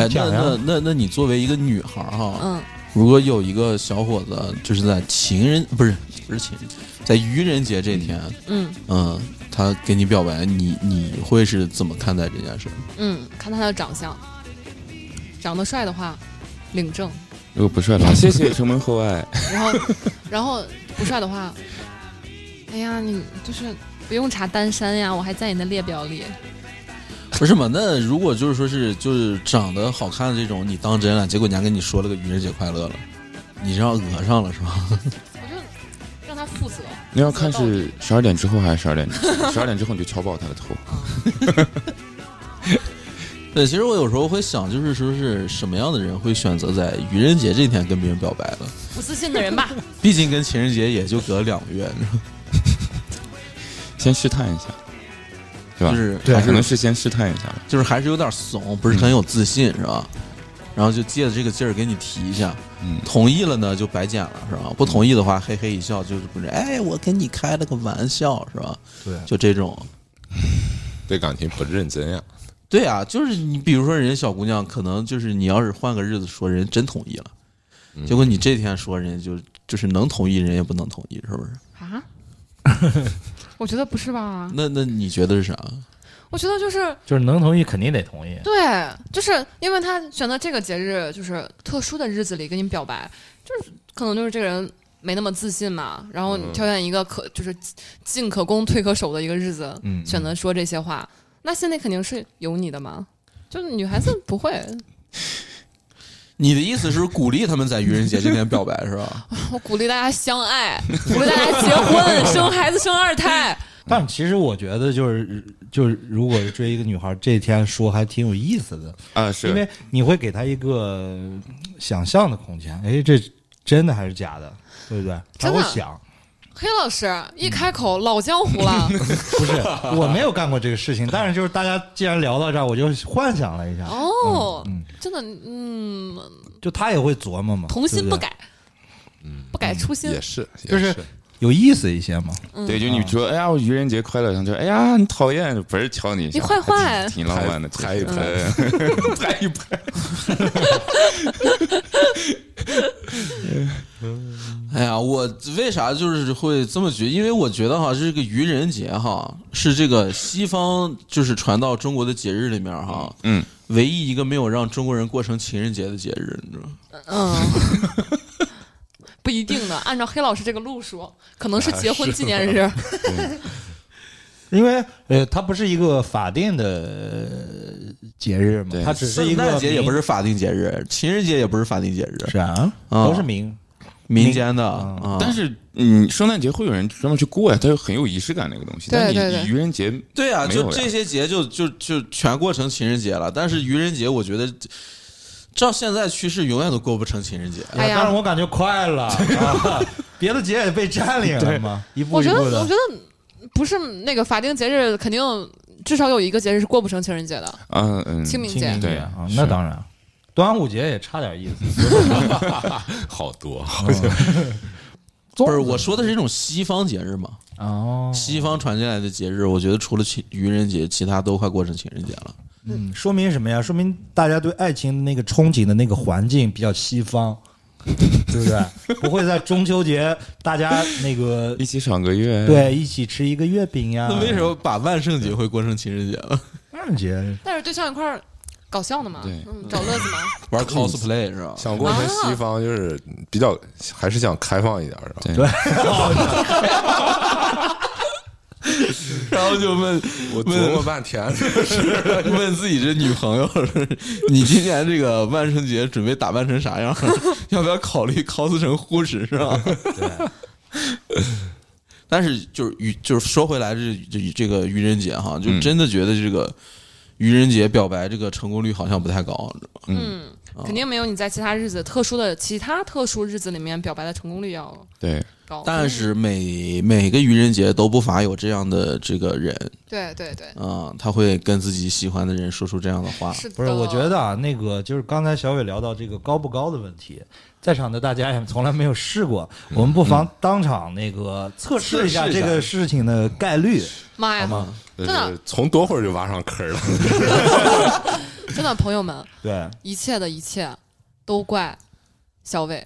Speaker 1: 那
Speaker 5: 漂亮
Speaker 1: 那那那你作为一个女孩儿哈，
Speaker 3: 嗯，
Speaker 1: 如果有一个小伙子，就是在情人不是不是情人，在愚人节这天，
Speaker 3: 嗯
Speaker 1: 嗯，他给你表白，你你会是怎么看待这件事？
Speaker 3: 嗯，看他的长相，长得帅的话，领证；
Speaker 4: 如果不帅的话，谢谢城门厚爱。
Speaker 3: 然后然后不帅的话，哎呀，你就是不用查单身呀，我还在你的列表里。
Speaker 1: 不是嘛？那如果就是说是就是长得好看的这种，你当真了，结果人家跟你说了个愚人节快乐了，你让讹上了是吧？ <laughs>
Speaker 3: 我就让他负责。
Speaker 4: 你要看是十二点之后还是十二点之前？十二点之后你就敲爆他的头。
Speaker 1: 对，其实我有时候会想，就是说是什么样的人会选择在愚人节这天跟别人表白了？
Speaker 3: 不自信的人吧，
Speaker 1: 毕竟跟情人节也就隔了两个月，你知道吗
Speaker 4: 先试探一下，对吧？
Speaker 1: 就是
Speaker 5: 对
Speaker 4: 还是能事先试探一下。
Speaker 1: 就是还是有点怂，不是很有自信，是吧？然后就借着这个劲儿给你提一下，
Speaker 4: 嗯
Speaker 1: 同意了呢就白捡了，是吧？不同意的话，嘿嘿一笑，就是不是？哎，我跟你开了个玩笑，是吧？
Speaker 5: 对
Speaker 1: 就这种，
Speaker 2: 对感情不认真呀，
Speaker 1: 对啊，就是你比如说人家小姑娘，可能就是你要是换个日子说，人真同意了，结果你这天说，人家就就是能同意，人也不能同意，是不是？
Speaker 3: 啊？ <laughs> 我觉得不是吧？
Speaker 1: 那那你觉得是啥？ <laughs>
Speaker 3: 我觉得就是
Speaker 7: 就是能同意肯定得同意。
Speaker 3: 对，就是因为他选择这个节日，就是特殊的日子里跟你表白，就是可能就是这个人没那么自信嘛，然
Speaker 5: 嗯
Speaker 3: 后你挑选一个可就是进可攻退可守的一个日子，
Speaker 5: 嗯
Speaker 3: 选择说这些话，那心里肯定是有你的嘛。就是女孩子不
Speaker 5: <laughs>
Speaker 3: 会，
Speaker 1: 你的意思是鼓励他们在愚人节这天表白是吧？
Speaker 3: 我鼓励大家相爱，鼓励大家结婚、生孩子、生二胎。
Speaker 5: 但其实我觉得就是就是，如果是追一个女孩，这天说还挺有意思的，
Speaker 4: 啊，是
Speaker 5: 因为你会给她一个想象的空间。哎，这真的还是假的？对不对？她
Speaker 3: 真的
Speaker 5: 会想，
Speaker 3: 黑老师一开
Speaker 5: 嗯
Speaker 3: 口老江湖
Speaker 5: <laughs>
Speaker 3: 了，
Speaker 5: 不是我没有干过这个事情，但是就是大家既然聊到这儿，我就幻想了一下，
Speaker 3: 哦，真的，嗯，
Speaker 5: 就她也会琢磨嘛，
Speaker 3: 童
Speaker 5: 对
Speaker 3: 心不
Speaker 5: 不对，嗯
Speaker 3: 改，不改初心
Speaker 2: 也。是，
Speaker 5: 就
Speaker 2: 也
Speaker 5: 是有意思一些嘛。
Speaker 3: 嗯
Speaker 4: 对，
Speaker 3: 啊
Speaker 4: 就你说，哎呀，我愚人节快乐，然后就哎呀，你讨厌，不是敲你一下，
Speaker 3: 你坏坏
Speaker 4: 还挺挺浪漫的，
Speaker 2: 拍
Speaker 4: 其实拍拍一拍，
Speaker 1: 哎呀，我为啥就是会这么觉得？因为我觉得哈，这个愚人节哈是这个西方就是传到中国的节日里面哈，
Speaker 4: 嗯，
Speaker 1: 唯一一个没有让中国人过成情人节的节日，你知道吗？
Speaker 3: 嗯，不一定的。按照黑老师这个路数，可能是结婚纪念日。
Speaker 5: 因为呃，它不是一个法定的呃节日嘛
Speaker 4: 对，
Speaker 5: 它只是一
Speaker 1: 圣
Speaker 5: 个
Speaker 1: 诞节也
Speaker 5: 名
Speaker 1: 不是法定节日，情人节也不是法定节日，
Speaker 5: 是啊，
Speaker 1: 啊
Speaker 5: 都是名
Speaker 1: 民间的
Speaker 5: 嗯
Speaker 1: 啊，
Speaker 4: 但是，嗯，圣诞节会有人专门去过呀，它有很有仪式感那个东西。
Speaker 3: 对对
Speaker 4: 但
Speaker 3: 对
Speaker 4: 你愚人节，
Speaker 1: 对啊，
Speaker 4: 没
Speaker 1: 就
Speaker 4: 有呀
Speaker 1: 这些节就就就全过成情人节了，但是愚人节我觉得。照现在趋势，永远都过不成情人节。
Speaker 3: 哎呀
Speaker 5: 但是我感觉
Speaker 3: <laughs>
Speaker 5: 快了，啊别的节也被占领了嘛，一步
Speaker 3: 我
Speaker 5: 一
Speaker 3: 觉得，
Speaker 5: 步
Speaker 3: 我
Speaker 5: 的
Speaker 3: 觉。得不是那个法定节日，肯定至少有一个节日是过不成情人节的，
Speaker 4: 啊，嗯，
Speaker 3: 清明
Speaker 7: 清
Speaker 3: 节
Speaker 7: 明。节
Speaker 4: 对
Speaker 7: 啊，
Speaker 4: 是
Speaker 7: 那当然，端午节也差点意思。
Speaker 2: 好多，
Speaker 1: 不是，我说的是这种西方节日嘛，
Speaker 7: 哦，
Speaker 1: 西方传进来的节日，我觉得除了情愚人节，其他都快过成情人节了。
Speaker 5: 嗯，说明什么呀？说明大家对爱情那个憧憬的那个环境比较西方， <laughs> 对不对？不会在中秋节大家那个
Speaker 3: <laughs>
Speaker 4: 一起赏个月，，
Speaker 5: 对一起吃一个月饼呀。
Speaker 1: <laughs> 那为什么把万圣节会过成情人节了？
Speaker 5: 万圣节？
Speaker 3: 但是对象一块儿搞笑的嘛，
Speaker 4: 对
Speaker 3: 嗯，找乐子嘛。
Speaker 1: 玩 cosplay 是吧？
Speaker 2: 想过成西方就是比较，还是想开放一点儿，是吧？
Speaker 1: <laughs> 然后就问
Speaker 2: 我琢磨半 <laughs> 天，
Speaker 1: 问自己这女朋友，你今年这个万圣节准备打扮成啥样？ <laughs> 要不要考虑 cos 成护士是吧？对。但是就是愚，就是说回来这这这个愚人节哈，就
Speaker 4: 嗯
Speaker 1: 真的觉得这个愚人节表白这个成功率好像不太高，你知道吗
Speaker 3: 嗯，肯定没有你在其他日子特殊的其他特殊日子里面表白的成功率要
Speaker 4: 对，
Speaker 3: 高。
Speaker 1: 但是每每个愚人节都不乏有这样的这个人
Speaker 3: 对对对，
Speaker 1: 啊、他会跟自己喜欢的人说出这样的话。
Speaker 3: 是的。
Speaker 5: 不是，我觉得啊，那个就是刚才小伟聊到这个高不高的问题，在场的大家也从来没有试过，我们不妨当场那个测试一下
Speaker 1: 测试一
Speaker 5: 这
Speaker 1: 下
Speaker 5: 个事情的概率。
Speaker 3: 妈呀，真的
Speaker 2: 就是从多会儿就挖上坑儿 <laughs> 了。
Speaker 3: 真的朋友们，
Speaker 5: 对，
Speaker 3: 一切的一切都怪小伟，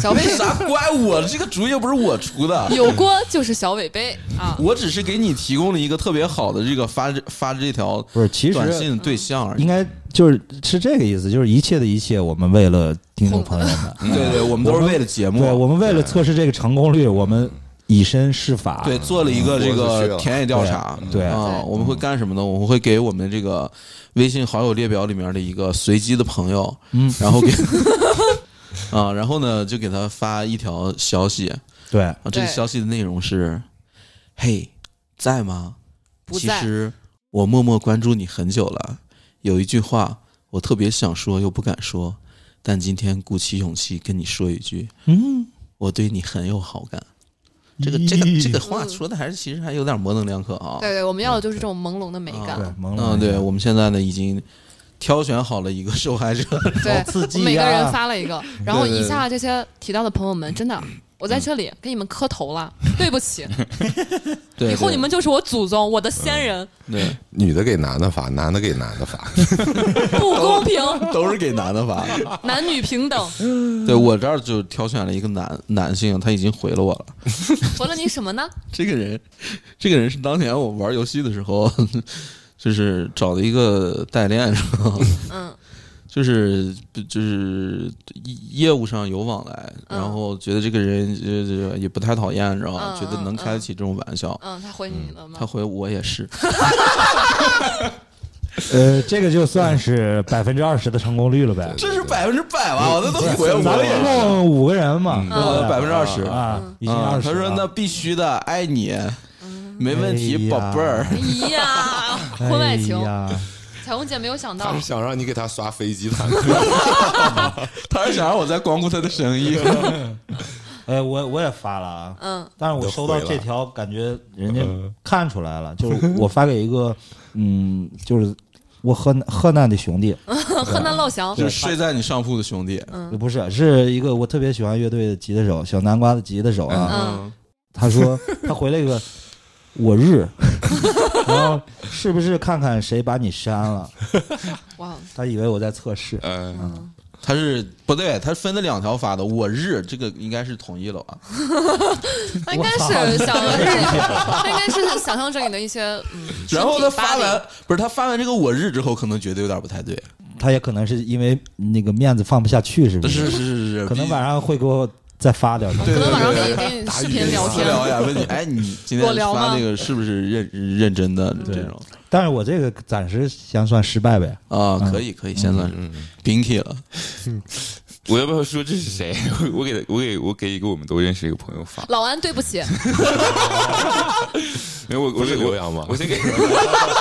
Speaker 3: 小
Speaker 1: <laughs>
Speaker 3: 伟
Speaker 1: 啥怪我？这个主意又不是我出的。
Speaker 3: <laughs> 有锅就是小伟杯啊。
Speaker 1: 我只是给你提供了一个特别好的这个发这发这条
Speaker 5: 不是，其实
Speaker 1: 短信对象而
Speaker 5: 应
Speaker 1: 已。
Speaker 5: 该就是是这个意思，就是一切的一切，我们为了听众朋友
Speaker 1: <laughs>
Speaker 5: 们，
Speaker 1: 对对，我们都是为了节
Speaker 5: 对
Speaker 1: 目，啊
Speaker 5: 我们为了测试这个成功率，我们以身试法。
Speaker 1: 对做了一
Speaker 5: 嗯
Speaker 1: 个这
Speaker 2: 我是去
Speaker 1: 个
Speaker 2: 了
Speaker 1: 田野调查。
Speaker 5: 对嗯对
Speaker 1: 啊，我们会干什么呢？我们会给我们这个微信好友列表里面的一个随机的朋友，
Speaker 5: 嗯，
Speaker 1: 然
Speaker 5: <laughs>
Speaker 1: 后给啊，然后呢就给他发一条消息啊，
Speaker 5: 对，
Speaker 1: 这个
Speaker 3: 对
Speaker 1: 消息的内容是：嘿，在吗？
Speaker 3: 不
Speaker 1: 其
Speaker 3: 在
Speaker 1: 实我默默关注你很久了，有一句话我特别想说又不敢说，但今天鼓起勇气跟你说一句，
Speaker 5: 嗯，
Speaker 1: 我对你很有好感。这个这个这个话说的还是其实还有点模棱两可啊。
Speaker 3: 对对，我们要的就是这种朦胧的美
Speaker 5: 对
Speaker 3: 感，，
Speaker 5: 蒙了
Speaker 1: 嗯，对，我们现在呢已经挑选好了一个受害者， <laughs>
Speaker 3: 对，
Speaker 5: 刺激
Speaker 3: 我每个
Speaker 5: 呀
Speaker 3: 人发了一个，然后
Speaker 1: 对对
Speaker 3: 以下这些提到的朋友们，真的，我在这里给你们磕头了，对不起，
Speaker 1: 对，
Speaker 3: 以后
Speaker 1: 对
Speaker 3: 你们就是我祖宗，我的先人，
Speaker 1: 对
Speaker 2: 女的给男的发，男的给男的发，
Speaker 1: 嗯
Speaker 3: 不
Speaker 1: <laughs>
Speaker 3: 公平，
Speaker 1: 都是给男的发。
Speaker 3: 男女平
Speaker 1: <laughs>
Speaker 3: 等。
Speaker 1: 对我这儿就挑选了一个男男性，他已经回了我了。
Speaker 3: 回了你什么呢？
Speaker 1: 这个人，这个人是当年我玩游戏的时候， <laughs> 就是找的一个代练，是吧？
Speaker 3: 嗯，
Speaker 1: 就是就是业务上有往来，
Speaker 3: 嗯
Speaker 1: 然后觉得这个人呃也不太讨厌，然后
Speaker 3: 嗯
Speaker 1: 觉得能开得起这种玩笑。
Speaker 3: 嗯，他回你了吗？
Speaker 1: 他回我也是，
Speaker 5: 呃，这个就算是百分之二十的成功率了呗。
Speaker 1: <laughs> 这是百分之百吧？我那都回 <laughs> 我
Speaker 5: 咱们一
Speaker 1: 了，
Speaker 5: 共五个人嘛，对不对
Speaker 1: 百分之二十啊！
Speaker 3: 嗯
Speaker 5: 啊，已经二十。
Speaker 1: 他说那必须的，爱你，
Speaker 3: 嗯
Speaker 1: 没问
Speaker 5: 哎
Speaker 1: 题，
Speaker 5: 呀
Speaker 1: 宝贝儿。
Speaker 3: 哎
Speaker 1: <laughs>
Speaker 3: 呀，婚外情
Speaker 5: 哎，呀
Speaker 3: <laughs> 彩虹姐没有想
Speaker 2: 他
Speaker 3: 到
Speaker 2: 是，想让你给他刷飞机 <laughs> 坦
Speaker 1: 他是想让我再光顾他的生 <laughs> 意。
Speaker 5: 呃，我我也发了啊，
Speaker 3: 嗯，
Speaker 5: 但是我
Speaker 2: 都
Speaker 5: 收到
Speaker 2: 回
Speaker 5: 这
Speaker 2: 了
Speaker 5: 条，感觉人家
Speaker 1: 嗯
Speaker 5: 看出来了，
Speaker 1: <laughs>
Speaker 5: 就是我发给一个，嗯，就是我河南河南的兄弟，
Speaker 3: 河南老乡，
Speaker 1: 就是睡在你上铺的兄弟，
Speaker 3: 嗯
Speaker 5: 呃不是，是一个我特别喜欢乐队的吉他手，小南瓜的吉他手啊，
Speaker 3: 嗯，
Speaker 5: 他说他回了一个我日， <laughs> 然后是不是看看谁把你删了？
Speaker 3: 哇，
Speaker 5: 他以为我在测试，
Speaker 4: 呃，
Speaker 1: 他是不对，他分了两条发的。我日，这个应该是统一了啊吧？
Speaker 3: 他应该是
Speaker 1: <laughs>
Speaker 3: 想，他应该是想象着你的一些，嗯，
Speaker 1: 然后他
Speaker 3: 身体
Speaker 1: 发
Speaker 3: 发力
Speaker 1: 完，不是他发完这个我日之后，可能觉得有点不太对。
Speaker 5: 他也可能是因为那个面子放不下去，是不
Speaker 1: 是是是是，
Speaker 5: 可能晚上会给我再发点东西
Speaker 1: 对
Speaker 3: 可能晚上
Speaker 1: 对
Speaker 3: 给
Speaker 1: 对
Speaker 3: 你给你视
Speaker 1: 必
Speaker 3: 频聊
Speaker 1: 私
Speaker 3: 天，
Speaker 1: 聊呀，问你，哎，你
Speaker 3: <laughs>
Speaker 1: 今
Speaker 3: 裸
Speaker 1: 天
Speaker 3: 聊吗
Speaker 1: 发那个是不是认认真的这种
Speaker 5: 但是我这个暂时先算失败呗。
Speaker 4: 嗯 <laughs>
Speaker 1: 啊？可以可以，现在是 binky 了。
Speaker 4: 我要不要说这是谁？ <laughs> 我给他，我给我给一个我们都认识一个朋友发，
Speaker 3: 老安，对不起，
Speaker 4: 没有我我
Speaker 2: 不是
Speaker 4: 给我
Speaker 2: 刘洋吗
Speaker 4: 我先给，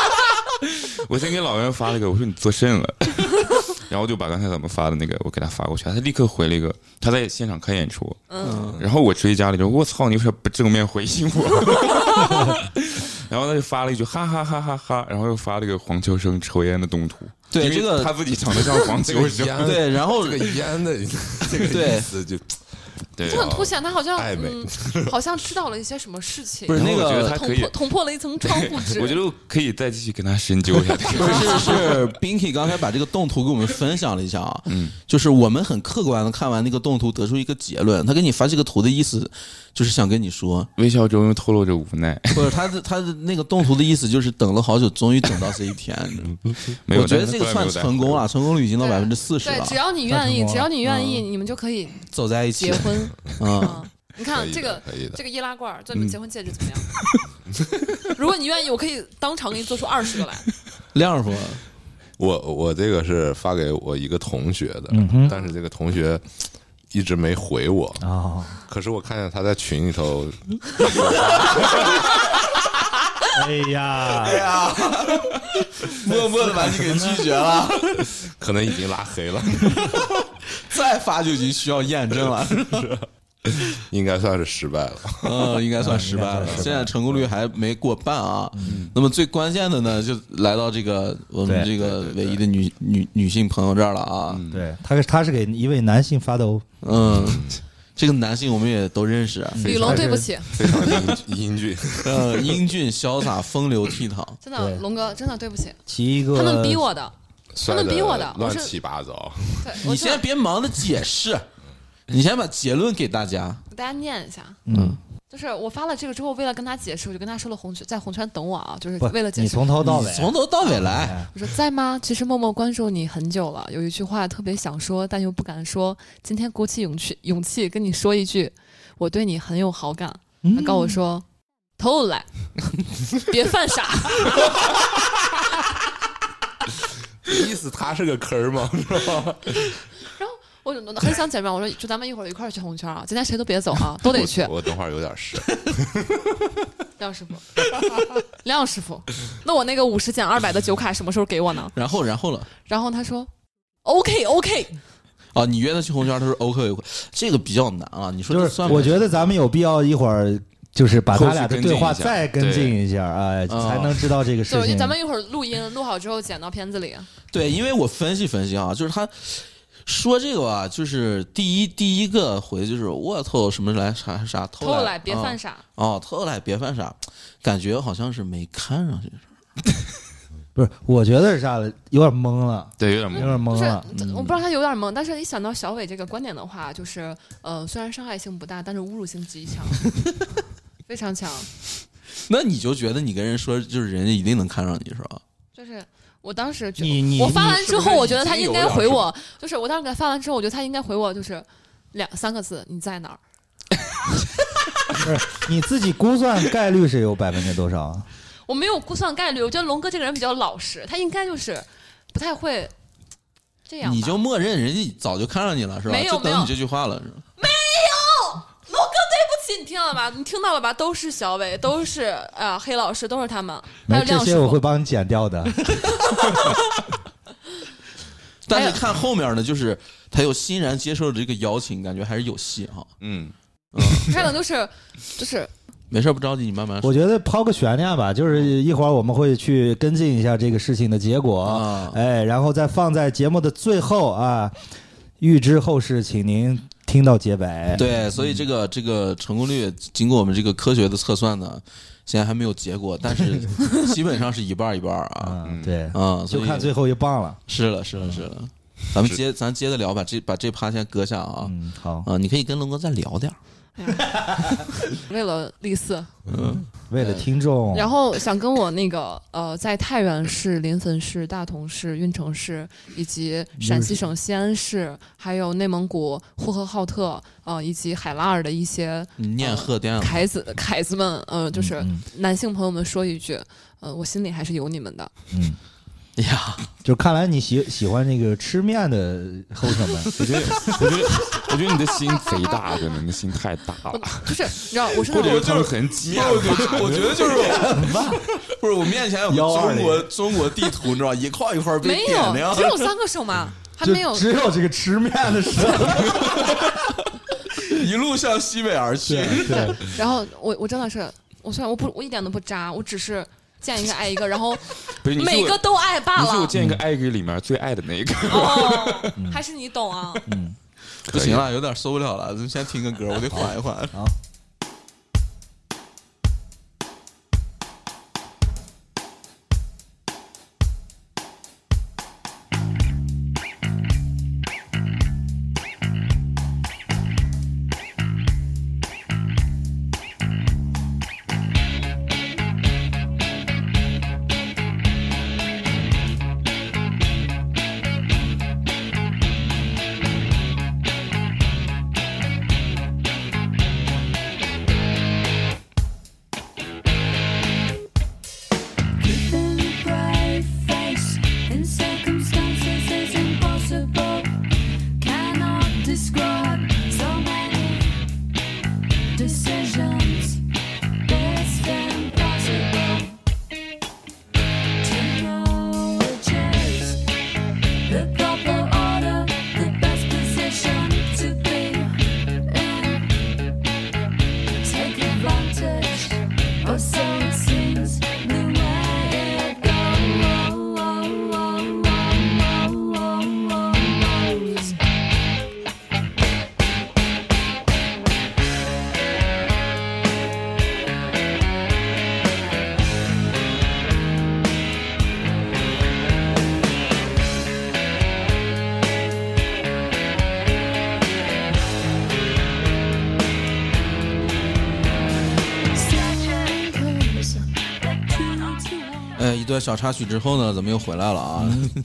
Speaker 4: <laughs> 我先给老袁发了一个，我说你做甚了， <laughs> 然后就把刚才咱们发的那个我给他发过去，他立刻回了一个，他在现场看演出，
Speaker 1: 嗯，
Speaker 4: 然后我回家里就我操，你为啥不正面回应我？ <laughs> 然后他就发了一句哈哈哈哈哈，然后又发了一个黄秋生抽烟的动图，
Speaker 1: 对
Speaker 4: 因为
Speaker 1: 这个
Speaker 4: 他自己长得像黄
Speaker 2: 这
Speaker 4: 秋
Speaker 2: 个 <laughs>
Speaker 4: 生，
Speaker 2: 烟，
Speaker 1: 对，然后
Speaker 2: 这个烟的 <laughs> 这个
Speaker 1: 对
Speaker 2: 意思就
Speaker 4: 对，啊
Speaker 3: 就很凸显他好像
Speaker 2: 暧昧
Speaker 3: 嗯，好像知道了一些什么事情，
Speaker 1: 不是
Speaker 4: 然后
Speaker 1: 那
Speaker 4: 我觉
Speaker 1: 个
Speaker 4: 得他可
Speaker 3: 捅
Speaker 4: 以
Speaker 3: 破，捅破了一层窗户纸。
Speaker 4: 我觉得我可以再继续跟他深究一下这
Speaker 1: 不
Speaker 4: 个。
Speaker 1: 是是 Binky 刚才把这个动图给我们分享了一下啊，嗯，就是我们很客观的看完那个动图，得出一个结论。他给你发这个图的意思，就是想跟你说，
Speaker 4: 微笑中又透露着无奈， <laughs>
Speaker 1: 不是他的他的那个动图的意思，就是等了好久，终于等到这一天。
Speaker 4: 嗯没有
Speaker 1: 我觉得
Speaker 4: 但是
Speaker 1: 这个
Speaker 4: 他
Speaker 1: 算
Speaker 4: 后来没有再
Speaker 1: 成功啊了，成功率已经到
Speaker 3: 对
Speaker 1: 百分之四十
Speaker 3: 对，
Speaker 1: 了
Speaker 3: 只，要你愿意，
Speaker 5: 太成功了
Speaker 3: 只要你愿意，你们就可以
Speaker 1: 走在一起
Speaker 3: 结，婚。
Speaker 1: 嗯，
Speaker 3: 嗯，你看这个
Speaker 2: 可以的，
Speaker 3: 这个易拉罐儿，做你们结婚戒指怎么样？ <laughs> 如果你愿意，我可以当场给你做出二十个来。
Speaker 1: 亮说，
Speaker 2: 我我这个是发给我一个同学的，
Speaker 5: 嗯
Speaker 2: 但是这个同学一直没回我，
Speaker 5: 啊，
Speaker 2: 可是我看见他在群里头，
Speaker 5: 哎呀，
Speaker 1: 默默的把你给拒绝了，
Speaker 2: 可能已经拉黑了，
Speaker 1: <laughs>
Speaker 2: <laughs>
Speaker 1: 再发就已经需要验证 <laughs> 了，
Speaker 2: 应该算是失败了。
Speaker 1: 嗯，应该算失败了
Speaker 5: 应该算失。败嗯
Speaker 1: 现在成功率还没过半啊。那么最关键的呢，就来到这个我们
Speaker 5: 对
Speaker 1: 这个唯一的女女女性朋友这儿了啊。
Speaker 5: 对，他是他是给一位男性发的哦，
Speaker 1: 嗯，这个男性我们也都认识，
Speaker 3: 李
Speaker 1: <laughs>
Speaker 3: 龙，对不起，
Speaker 2: 非常英英俊，
Speaker 1: 呃，英俊潇洒，风流倜傥。
Speaker 3: 真的，
Speaker 5: 对
Speaker 3: 龙哥，真的对不起，
Speaker 5: 骑一个
Speaker 3: 他们逼我的。
Speaker 2: 摔
Speaker 3: 们逼我的我
Speaker 2: 乱
Speaker 3: 是
Speaker 2: 七八糟。
Speaker 3: 对，我
Speaker 1: 你
Speaker 3: 知道
Speaker 1: 先别忙着解释，你先把结论给大家。
Speaker 3: 给大家念一下，
Speaker 5: 嗯，
Speaker 3: 就是我发了这个之后，为了跟他解释，我就跟他说了红圈在红圈等我啊，就是
Speaker 5: 不
Speaker 3: 为了解
Speaker 5: 你
Speaker 3: 释。
Speaker 5: 从头到尾
Speaker 1: 你从头到尾来。
Speaker 5: 哎
Speaker 3: 我说在吗？其实默默关注你很久了，有一句话特别想说，但又不敢说。今天鼓起勇气，勇气跟你说一句，我对你很有好感。他告我说，偷懒，别犯傻。 <laughs>
Speaker 2: 意思他是个坑儿吗？
Speaker 3: 我很想姐妹，我说就咱们一会儿一块儿去红圈啊，今天谁都别走啊，都
Speaker 2: <laughs>
Speaker 3: 得去
Speaker 2: 我。我等会儿有点事，
Speaker 3: 亮师傅， <laughs> 亮师傅，那我那个五十减二百的酒卡什么时候给我呢？
Speaker 1: 然后，然后了。
Speaker 3: 然后他说，OK OK，
Speaker 1: 啊，你约他去红圈，他说 OK OK，这个比较难啊。你说
Speaker 5: 就
Speaker 1: 这
Speaker 5: 是
Speaker 1: 算不
Speaker 5: 我觉得咱们有必要一会儿就是把他俩的对话
Speaker 4: 后续跟进一下
Speaker 5: 再跟进一下，哎，
Speaker 1: 嗯
Speaker 5: 才能知道这个事
Speaker 3: 对，
Speaker 5: 情。
Speaker 3: 哦咱们一会儿录音，录好之后剪到片子里。
Speaker 1: 对，因为我分析分析啊，就是他说这个吧，就是第一第一个回的就是我操什么来啥啥偷
Speaker 3: 偷懒别犯
Speaker 1: 傻
Speaker 3: 傻，
Speaker 1: 哦，偷懒别犯傻，感觉好像是没看上去。
Speaker 5: 不是，我觉得是啥了，有点懵了，
Speaker 4: 对，有点
Speaker 5: 有 <laughs>
Speaker 4: 懵。
Speaker 5: 点
Speaker 3: 就
Speaker 5: 懵
Speaker 3: 是
Speaker 5: 了。嗯
Speaker 3: 我不知道他有点懵，但是一想到小伟这个观点的话，就是呃，虽然伤害性不大，但是侮辱性极强， <laughs> 非常强。
Speaker 1: 那你就觉得你跟人说，就是人家一定能看上你是吧？
Speaker 3: 就是我当时觉
Speaker 5: 你你
Speaker 3: 我发完
Speaker 2: 你
Speaker 3: 之
Speaker 2: 是不
Speaker 3: 后，
Speaker 2: 是
Speaker 3: 我
Speaker 2: 已
Speaker 3: 觉得他
Speaker 2: 经
Speaker 3: 应
Speaker 2: 有
Speaker 3: 该
Speaker 2: 点
Speaker 3: 回
Speaker 2: 什么
Speaker 3: 我，就是我当时给他发完之后，我觉得他应该回我就是两三个字，你在哪儿？
Speaker 5: 你自己估算概率是有百分之多少啊？
Speaker 3: 我没有估算概率，我觉得龙哥这个人比较老实，他应该就是不太会这样吧。
Speaker 1: 你就默认人家早就看上你了是吧？
Speaker 3: 没有
Speaker 1: 就
Speaker 3: 没有
Speaker 1: 等你这句话了是吧？
Speaker 3: 龙哥，对不起，你听到了吧？你听到了吧？都是小伟，都是啊、呃黑老师，都是他们，还
Speaker 5: 没
Speaker 3: 有
Speaker 5: 这
Speaker 3: 亮师
Speaker 5: 些我会
Speaker 3: 傅。
Speaker 5: 帮你剪掉
Speaker 1: <laughs>
Speaker 5: 的。
Speaker 1: 但是看后面呢，就是他又欣然接受了这个邀请，感觉还是有戏哈。
Speaker 4: 嗯，
Speaker 3: 还有就是，就是
Speaker 1: 没事儿不着急，你慢慢说
Speaker 5: 我觉得抛个悬念吧，就是一会儿我们会去跟进一下这个事情的结果，
Speaker 1: 啊
Speaker 5: 哎，然后再放在节目的最后啊。预知后事，请您听到结尾。，
Speaker 1: 对，所以这个这个成功率经过我们这个科学的测算呢，现在还没有结果，但是基本上是一半儿一半儿啊
Speaker 5: 啊，对，
Speaker 1: 啊，所
Speaker 5: 就
Speaker 1: 以啊
Speaker 5: 看最后一嗯棒了。
Speaker 1: 是了是了是了，咱们接咱接着聊，把这把这趴先搁下啊
Speaker 5: 嗯，好，
Speaker 1: 啊，你可以跟龙哥再聊点儿，
Speaker 3: <laughs> 为了立四，
Speaker 5: 为了听众，
Speaker 3: 然后想跟我那个呃，在太原市、临汾市、大同市、运城市以及陕西省西安市，还有内蒙古呼和浩特呃，以及海拉尔的一些
Speaker 1: 你念贺电了，
Speaker 3: 凯子凯子们，呃，就是
Speaker 5: 嗯
Speaker 3: 男性朋友们说一句，呃，我心里还是有你们的。
Speaker 5: 嗯，
Speaker 1: 呀，
Speaker 5: 就看来你喜喜欢那个吃面的后生们，
Speaker 4: 我觉得，我觉得，我觉得你的心贼大，真的，你的心太大了。
Speaker 3: 就是你知道，我是那
Speaker 4: 或者
Speaker 3: 种
Speaker 4: 是他们很啊贱，
Speaker 1: 我觉得，我觉得就是我，不是我面前有个中国中国地图，你知道，一块一块被
Speaker 3: 没
Speaker 1: 点亮
Speaker 3: 有，只，有三个手嘛，还
Speaker 5: 就
Speaker 3: 没有
Speaker 5: 只有这个吃面的时
Speaker 1: <laughs>
Speaker 5: 候，
Speaker 1: 一路向西北而去。
Speaker 5: 对，
Speaker 3: 然后我我真的是，我虽然我不我一点都不渣，我只是见一个爱一个，然后
Speaker 4: <laughs> 不是你是
Speaker 3: 每
Speaker 4: 我
Speaker 3: 个都爱罢
Speaker 4: 你是我嗯
Speaker 3: 了。
Speaker 4: 见一个爱哥里面最爱的那一个。
Speaker 3: 哦，还是你懂 <laughs> 啊！
Speaker 1: 不行了，有点受不了了，咱们先听个歌，我得缓一缓。
Speaker 8: With a bright face in circumstances is impossible. Cannot describe so many decisions. It's impossible to know which is the proper order, the best position to be in. Take advantage. Oh, so it seems the way it goes. Searching clues that turn into one.
Speaker 1: 呃，一段小插曲之后呢，咱们又回来了啊，
Speaker 3: 啊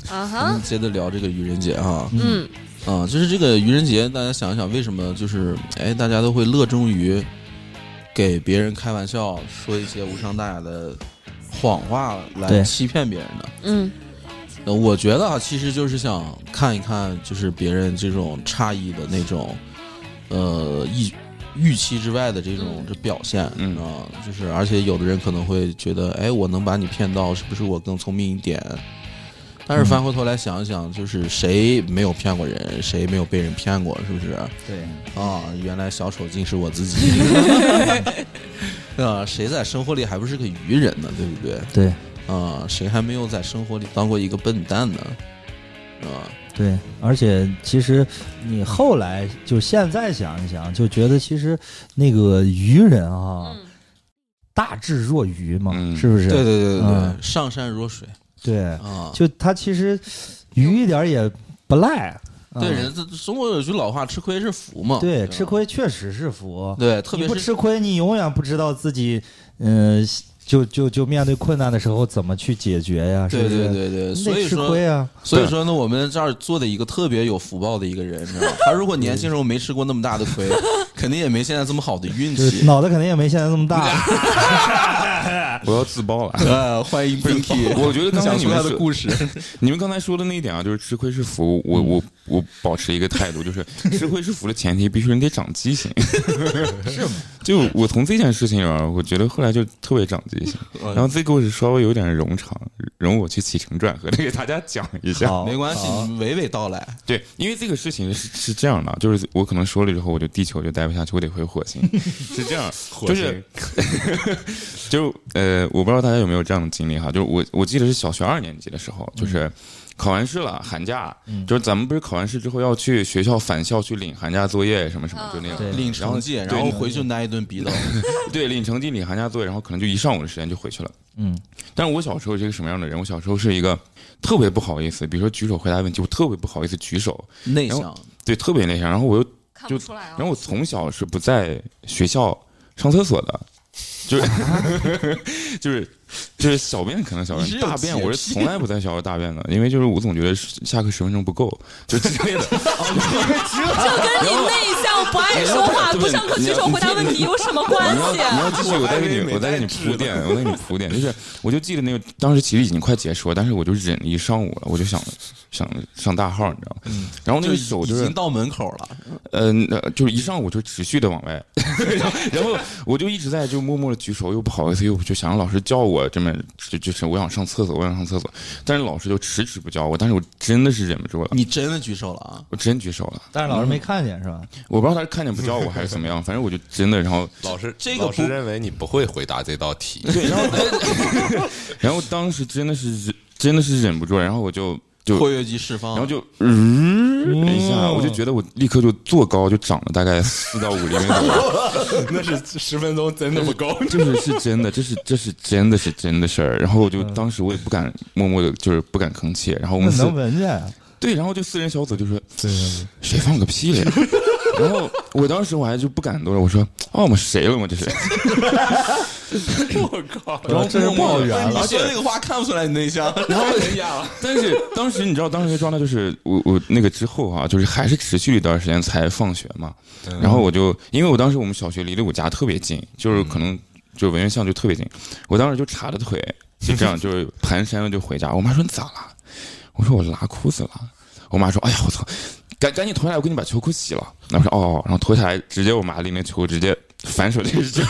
Speaker 1: 咱
Speaker 5: 嗯
Speaker 3: 哈
Speaker 1: 们，接着聊这个愚人节哈。
Speaker 3: 嗯，
Speaker 1: 啊，就是这个愚人节，大家想一想，为什么就是哎，大家都会乐衷于给别人开玩笑，说一些无伤大雅的谎话来
Speaker 5: 对
Speaker 1: 欺骗别人呢？
Speaker 3: 嗯，
Speaker 1: 呃，我觉得啊，其实就是想看一看，就是别人这种诧异的那种，呃，预预期之外的这种
Speaker 3: 嗯
Speaker 1: 这表现，
Speaker 4: 嗯
Speaker 1: 啊，就是而且有的人可能会觉得，哎，我能把你骗到，是不是我更聪明一点？但是翻回头来想一想，就是谁没有骗过人，谁没有被人骗过，是不是？
Speaker 5: 对，
Speaker 1: 啊，原来小丑竟是我自己，
Speaker 5: <laughs>
Speaker 1: 啊，谁在生活里还不是个愚人呢？对不对？
Speaker 5: 对，
Speaker 1: 啊，谁还没有在生活里当过一个笨蛋呢？啊，
Speaker 5: 对，而且其实你后来就现在想一想，就觉得其实那个愚人啊，
Speaker 3: 嗯
Speaker 5: 大智若愚嘛，
Speaker 4: 嗯
Speaker 5: 是不是？
Speaker 1: 对对对对对，
Speaker 5: 嗯
Speaker 1: 上善若水
Speaker 5: 对
Speaker 1: 啊。
Speaker 5: 就他其实愚一点儿也不赖。啊
Speaker 1: 对人，这中国有句老话，吃亏是福嘛。
Speaker 5: 对
Speaker 1: 吧
Speaker 5: 吃，亏确实是福，
Speaker 1: 对，特
Speaker 5: 你
Speaker 1: 别
Speaker 5: 不
Speaker 1: 是
Speaker 5: 吃亏，你永远不知道自己，嗯、就就就面对困难的时候怎么去解决呀？是
Speaker 1: 对
Speaker 5: 不是
Speaker 1: 对对对，
Speaker 5: 你
Speaker 1: 所
Speaker 5: 得
Speaker 1: 以
Speaker 5: 吃
Speaker 1: 说
Speaker 5: 亏啊，
Speaker 1: 所以说呢，我们这儿做的一个特别有福报的一个人，你知道吗？他如果年轻时候没吃过那么大的
Speaker 5: <laughs>
Speaker 1: 亏，肯定也没现在这么好的运
Speaker 5: 就是
Speaker 1: 气。
Speaker 5: 脑袋肯定也没现在这么大。
Speaker 4: <laughs> 我要自爆了。
Speaker 1: 呃，欢迎 Binky，
Speaker 4: <laughs> 我觉得刚才
Speaker 1: 讲
Speaker 4: 你
Speaker 1: 述
Speaker 4: 们
Speaker 1: 他的
Speaker 4: 是
Speaker 1: 故事，
Speaker 4: <laughs> 你们刚才说的那一点啊，就是吃亏是福。我我我保持一个态度，就是吃亏是福的前提，必须你得长记性。
Speaker 5: 是吗？
Speaker 4: 就我从这件事情上，我觉得后来就特别长记性。然后这个故事稍微有点冗长，容我去起承转合的给大家讲一下。
Speaker 5: 好，
Speaker 1: 没关系，
Speaker 5: 好
Speaker 1: 你娓娓道来。
Speaker 4: 对，因为这个事情是是这样的，啊就是我可能说了之后，我就地球就待不下去，我得回火星，是这样，就是， <laughs> 就呃，我不知道大家有没有这样的经历哈，就是我我记得是小学二年级的时候，就是考完试了，寒假，就是咱们不是考完试之后要去学校返校去领寒假作业什么什么，就那种
Speaker 5: 对
Speaker 1: 领成绩，然后回去挨一顿逼斗。
Speaker 4: 对，领成绩、领寒假作业，然后可能就一上午的时间就回去了。
Speaker 5: 嗯，
Speaker 4: 但是我小时候是一个什么样的人？我小时候是一个特别不好意思，比如说举手回答问题，我特别不好意思举手，
Speaker 1: 内
Speaker 4: 然
Speaker 1: 向 <laughs>
Speaker 4: 后，对，特别内向。然后我又，
Speaker 3: 看
Speaker 4: 就
Speaker 3: 不出来啊
Speaker 4: 然。后我从小是不在学校上厕所的，就是就是 <laughs> 就是小便可能小
Speaker 1: 你是
Speaker 4: 便，
Speaker 1: 有
Speaker 4: 大便
Speaker 1: 洁
Speaker 4: 我
Speaker 1: 癖
Speaker 4: 是从来不在学校大便的，因为就是我总觉得下课十分钟不够，就之类的。
Speaker 3: 就跟你内向
Speaker 9: 我不爱说话，不上课举手回答问题有什么关
Speaker 4: 你要
Speaker 9: 系？
Speaker 4: 你要继续，我再给
Speaker 2: 我还以为
Speaker 4: 你，
Speaker 2: 没
Speaker 4: 我再给你
Speaker 2: 带纸呢
Speaker 4: 铺垫，我再给你铺垫。就是，我就记得那个当时其实已经快结束了，但是我就忍了一上午了，我就想想上大号，你知道吗？然后那个手就
Speaker 1: 已
Speaker 4: 是
Speaker 1: 经到门口了， <laughs>
Speaker 4: 嗯，呃就是一上午就持续的往外， <laughs> 然后我就一直在就默默的举手，哎又不好意思，又就想让老师叫我，这么就就是我想上厕所，我想上厕所，但是老师就迟迟不叫我，但是我真的是忍不住了，
Speaker 1: 你真的举手了啊？
Speaker 4: 我真举手了，
Speaker 5: 但是
Speaker 1: 嗯
Speaker 5: 老师没看见是吧？
Speaker 4: 我不知道他是看见不叫我还是怎么样，反正我就真的，然后
Speaker 2: 老师，
Speaker 1: 这个
Speaker 2: 老师
Speaker 1: 不
Speaker 2: 认为你不会回答这道题，
Speaker 4: 对，然后然后当时真的是忍真的是忍不住了，然后我就就
Speaker 1: 括约肌释放，
Speaker 4: 然后就嗯一下，我就觉得我立刻就坐高，就长了大概四到五厘米左右。
Speaker 2: 那是十分钟真那么高。
Speaker 5: <laughs>
Speaker 4: 就是是真的，这是这是真的是真的事儿。然后我就当时我也不敢默默的，就是不敢吭气。然后我
Speaker 5: 嗯那
Speaker 4: 们四
Speaker 5: 能嗯闻见啊？
Speaker 4: 对，然后就四人小组就说，谁放个屁了呀？ <laughs> 然后我当时我还就不敢多了，我说哦，我们谁了吗？这是，
Speaker 5: 然后这是抱怨
Speaker 1: <laughs> 你
Speaker 5: 了，
Speaker 1: 说这个话看不出来你内向， <laughs> 哎然后人家了，
Speaker 4: 但是当时你知道当时的状态就是我我那个之后啊，就是还是持续了一段时间才放学嘛。然后我就因为我当时我们小学离离我家特别近，就是可能就文苑巷就特别近，我当时就叉着腿就这样就是蹒跚了就回家。我妈说你咋了？我说我拉裤子了。我妈说哎呀我操，赶赶紧脱下来，我给你把球裤洗了。然后我说哦，哦然后脱下来直接我妈拎那球直接反手就是 <laughs> 这样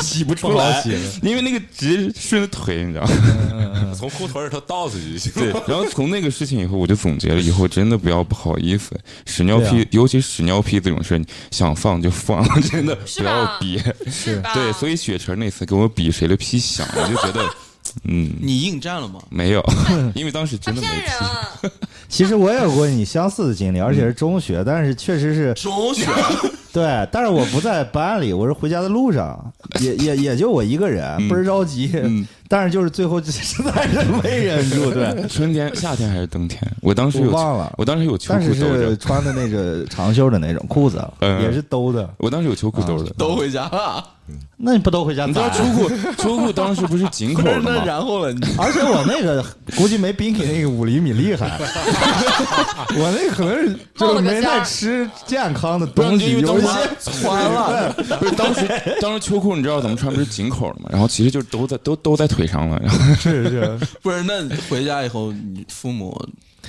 Speaker 4: 洗不出来，因为那个直接顺着腿，你知道吗。
Speaker 2: 从裤腿儿头倒出去就行。
Speaker 5: <laughs>
Speaker 4: 对，然后从那个事情以后，我就总结了，以后真的不要不好意思，屎尿
Speaker 5: 对啊
Speaker 4: 屁，尤其屎尿屁这种事，你想放就放，真的
Speaker 9: <laughs> 是
Speaker 4: 不要
Speaker 9: 吧
Speaker 4: 憋。
Speaker 9: 是吧？
Speaker 4: 对，所以雪晨那次跟我比谁的屁响，我就觉得，
Speaker 9: <laughs>
Speaker 4: 嗯，
Speaker 1: 你应战了吗？
Speaker 4: 没有，因为当时
Speaker 9: 他
Speaker 4: 真的没
Speaker 9: 骗人
Speaker 4: 屁。
Speaker 9: 啊！
Speaker 5: <laughs> 其实我也有过你相似的经历，而且是中学，但是确实
Speaker 4: 嗯
Speaker 5: 是
Speaker 1: 中 <laughs> 学，
Speaker 5: 对，但是我不在班里，我是回家的路
Speaker 4: <laughs>
Speaker 5: 上，也也也就我一个人，
Speaker 4: 嗯
Speaker 5: 倍儿着急，但是就是最后实在是没忍
Speaker 4: <laughs>
Speaker 5: 住，对，
Speaker 4: 春天、夏天还是冬天？我当时
Speaker 5: 我
Speaker 4: 有，
Speaker 5: 忘了
Speaker 4: 我当时有秋
Speaker 5: 但
Speaker 4: 裤
Speaker 5: 是
Speaker 4: 兜
Speaker 5: 是
Speaker 4: 着，
Speaker 5: 穿的那个长袖的那种裤子，
Speaker 4: 嗯
Speaker 5: 也是兜的，
Speaker 4: 我当时有秋裤
Speaker 5: 啊
Speaker 4: 兜着。
Speaker 1: 都回家了，
Speaker 5: 那你不兜回家
Speaker 4: 你知道
Speaker 9: 啊
Speaker 5: 咋
Speaker 4: 秋
Speaker 5: 呀？
Speaker 4: 裤，秋裤当时不是紧口
Speaker 1: 不是
Speaker 4: 的
Speaker 1: 那
Speaker 4: 吗？
Speaker 1: 然后了， <laughs> 你
Speaker 5: <laughs> 而且我那个估计没 Binky 那个五厘米厉
Speaker 9: <laughs>
Speaker 5: 害，我那个可能是就
Speaker 9: 冒
Speaker 5: 是
Speaker 9: 了个
Speaker 5: 没
Speaker 9: 尖儿
Speaker 5: 太吃健康的
Speaker 4: 不是
Speaker 5: 东
Speaker 4: 因
Speaker 5: 西，
Speaker 4: 为
Speaker 5: 有一
Speaker 4: 当
Speaker 5: 些
Speaker 4: 时穿了，不是
Speaker 5: <laughs>
Speaker 4: 当时当时秋裤你知道怎么穿不是紧口的嘛，然后其实就都在都都在腿上了，然后
Speaker 5: 是是。
Speaker 1: <laughs> 不是那你回家以后，你父母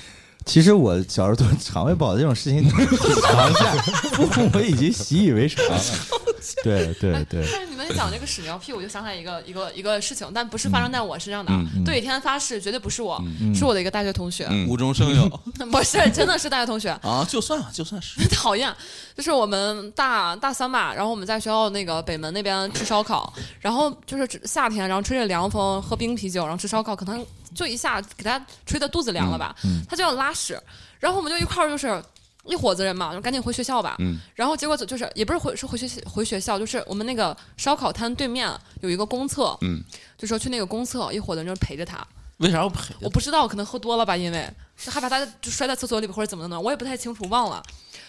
Speaker 5: <laughs> 其实我小时候对肠胃不好这种事情常 <laughs> 见，父母已经习以为 <laughs> 常了。对对 <laughs> 对，
Speaker 3: 但是你们讲这个屎尿屁，我就想起来一个一个一个事情，但不是发生在我身上的啊。对天发誓，绝对不是我，是我的一个大学同学，
Speaker 4: 嗯
Speaker 1: 无中生有
Speaker 3: <laughs> 不是，真的是大学同学。
Speaker 1: <laughs> 啊，就算了，就算是
Speaker 3: 讨厌，就是我们大大三吧，然后我们在学校那个北门那边吃烧烤，然后就是只夏天，然后吹着凉风，喝冰啤酒，然后吃烧烤，可能就一下给他吹的肚子凉了吧，他就要拉屎，然后我们就一块儿就是。一伙子人嘛，就赶紧回学校吧。
Speaker 4: 嗯
Speaker 3: 然后结果就就是也不是回是回学回学校，就是我们那个烧烤摊对面有一个公厕，
Speaker 4: 嗯，
Speaker 3: 就说去那个公厕，一伙子人就陪着他。
Speaker 1: <laughs> 为啥要陪？
Speaker 3: 我不知道，可能喝多了吧，因为就害怕他就摔在厕所里边或者怎么的呢，我也不太清楚，忘了。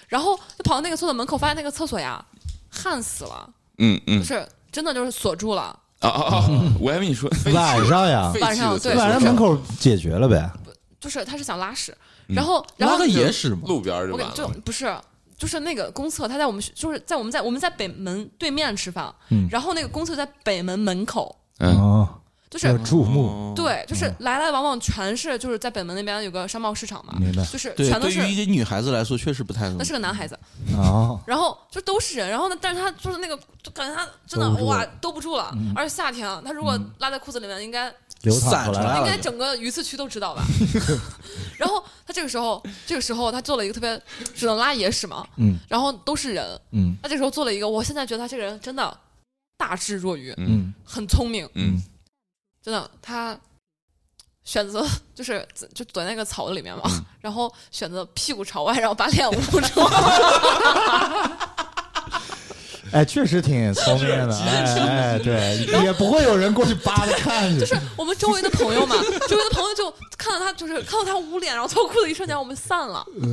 Speaker 3: 然后就跑到那个厕所门口，发现那个厕所呀，焊死了，
Speaker 4: 嗯
Speaker 3: 就
Speaker 4: 嗯
Speaker 3: 是真的就是锁住了。
Speaker 4: 啊啊啊！我还以为你说
Speaker 5: 晚上呀，
Speaker 3: 晚上对，
Speaker 5: 晚上门口解决了呗。
Speaker 3: 就是他是想拉屎，然后然
Speaker 1: 拉
Speaker 3: 后
Speaker 1: 个野屎吗？
Speaker 2: 路边儿就
Speaker 3: 我给
Speaker 2: 完
Speaker 3: 就
Speaker 2: 了。
Speaker 3: 不是。就是那个公厕，他在我们学就是在我们在我们在北门对面吃饭，然后那个公厕在北门门口，
Speaker 4: 嗯
Speaker 5: 哦，
Speaker 3: 就是
Speaker 5: 要注目，
Speaker 3: 对，就是来来往往全是就是在北门那边有个商贸市场嘛
Speaker 5: 明白，
Speaker 3: 就是
Speaker 1: 对，
Speaker 3: 全都
Speaker 1: 对
Speaker 3: 是
Speaker 1: 于一些女孩子来说，确实不太
Speaker 3: 那是个男孩子，
Speaker 5: 哦，
Speaker 3: 然后就都是人，然后呢，但是他就是那个，就感觉他真
Speaker 5: 兜不
Speaker 3: 的
Speaker 5: 住
Speaker 3: 哇兜不住了，而且夏天啊，他如果拉在裤子里面，应该
Speaker 5: 流淌出来
Speaker 3: 应该
Speaker 5: 了。
Speaker 3: 整个鱼刺区都知 <laughs> 道吧。然后他这个时候，这个时候他做了一个特别只能拉野屎嘛，
Speaker 5: 嗯
Speaker 3: 然后都是人，
Speaker 5: 嗯
Speaker 3: 他这时候做了一个，我现在觉得他这个人真的大智若愚，
Speaker 5: 嗯，
Speaker 3: 很聪明，
Speaker 4: 嗯，
Speaker 3: 真的他。选择 <laughs> 就是就躲在那个草子里面嘛，嗯然后选择屁股朝外，然后把脸捂住。
Speaker 5: 哎，确实挺聪明 <laughs> 的，哎哎，对，也不会有人过去扒着看你。
Speaker 3: 我们周围的朋友嘛，周围的朋友就看到他，就是看到他捂脸，然后脱裤子一瞬间，我们散了。
Speaker 5: 嗯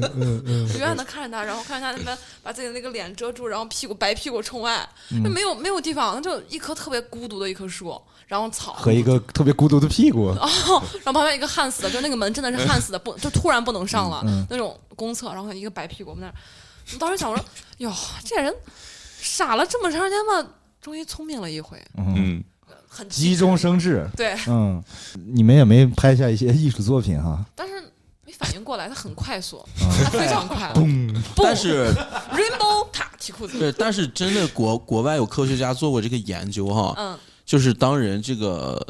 Speaker 3: 我远远的看着他，然后看着他那边把自己的那个脸遮住，然后屁股白屁股冲外，
Speaker 5: 嗯
Speaker 3: 就没有没有地方，他就一棵特别孤独的一棵树，然后草，
Speaker 5: 和一个特别孤独的屁股，
Speaker 3: 哦然后旁边一个焊
Speaker 5: <laughs> 嗯
Speaker 3: 死的，就那个门真的是焊死的，不就突然不能上了那种公厕，然后一个白屁股，我们那儿我当时想说，哟，这人傻了这么长时间吧，终于聪明了一回，
Speaker 5: 嗯，
Speaker 4: 嗯，
Speaker 3: 很
Speaker 5: 急中生智，
Speaker 3: 对，
Speaker 5: 嗯，你们也没拍下一些艺术作品哈，
Speaker 3: 但是没反应过来，他很快速，
Speaker 5: 嗯
Speaker 3: 他非常快，
Speaker 1: 但是
Speaker 3: rainbow 他提裤子，
Speaker 1: 对，但是真的国国外有科学家做过这个研究哈，
Speaker 3: 嗯
Speaker 1: 就是当人这个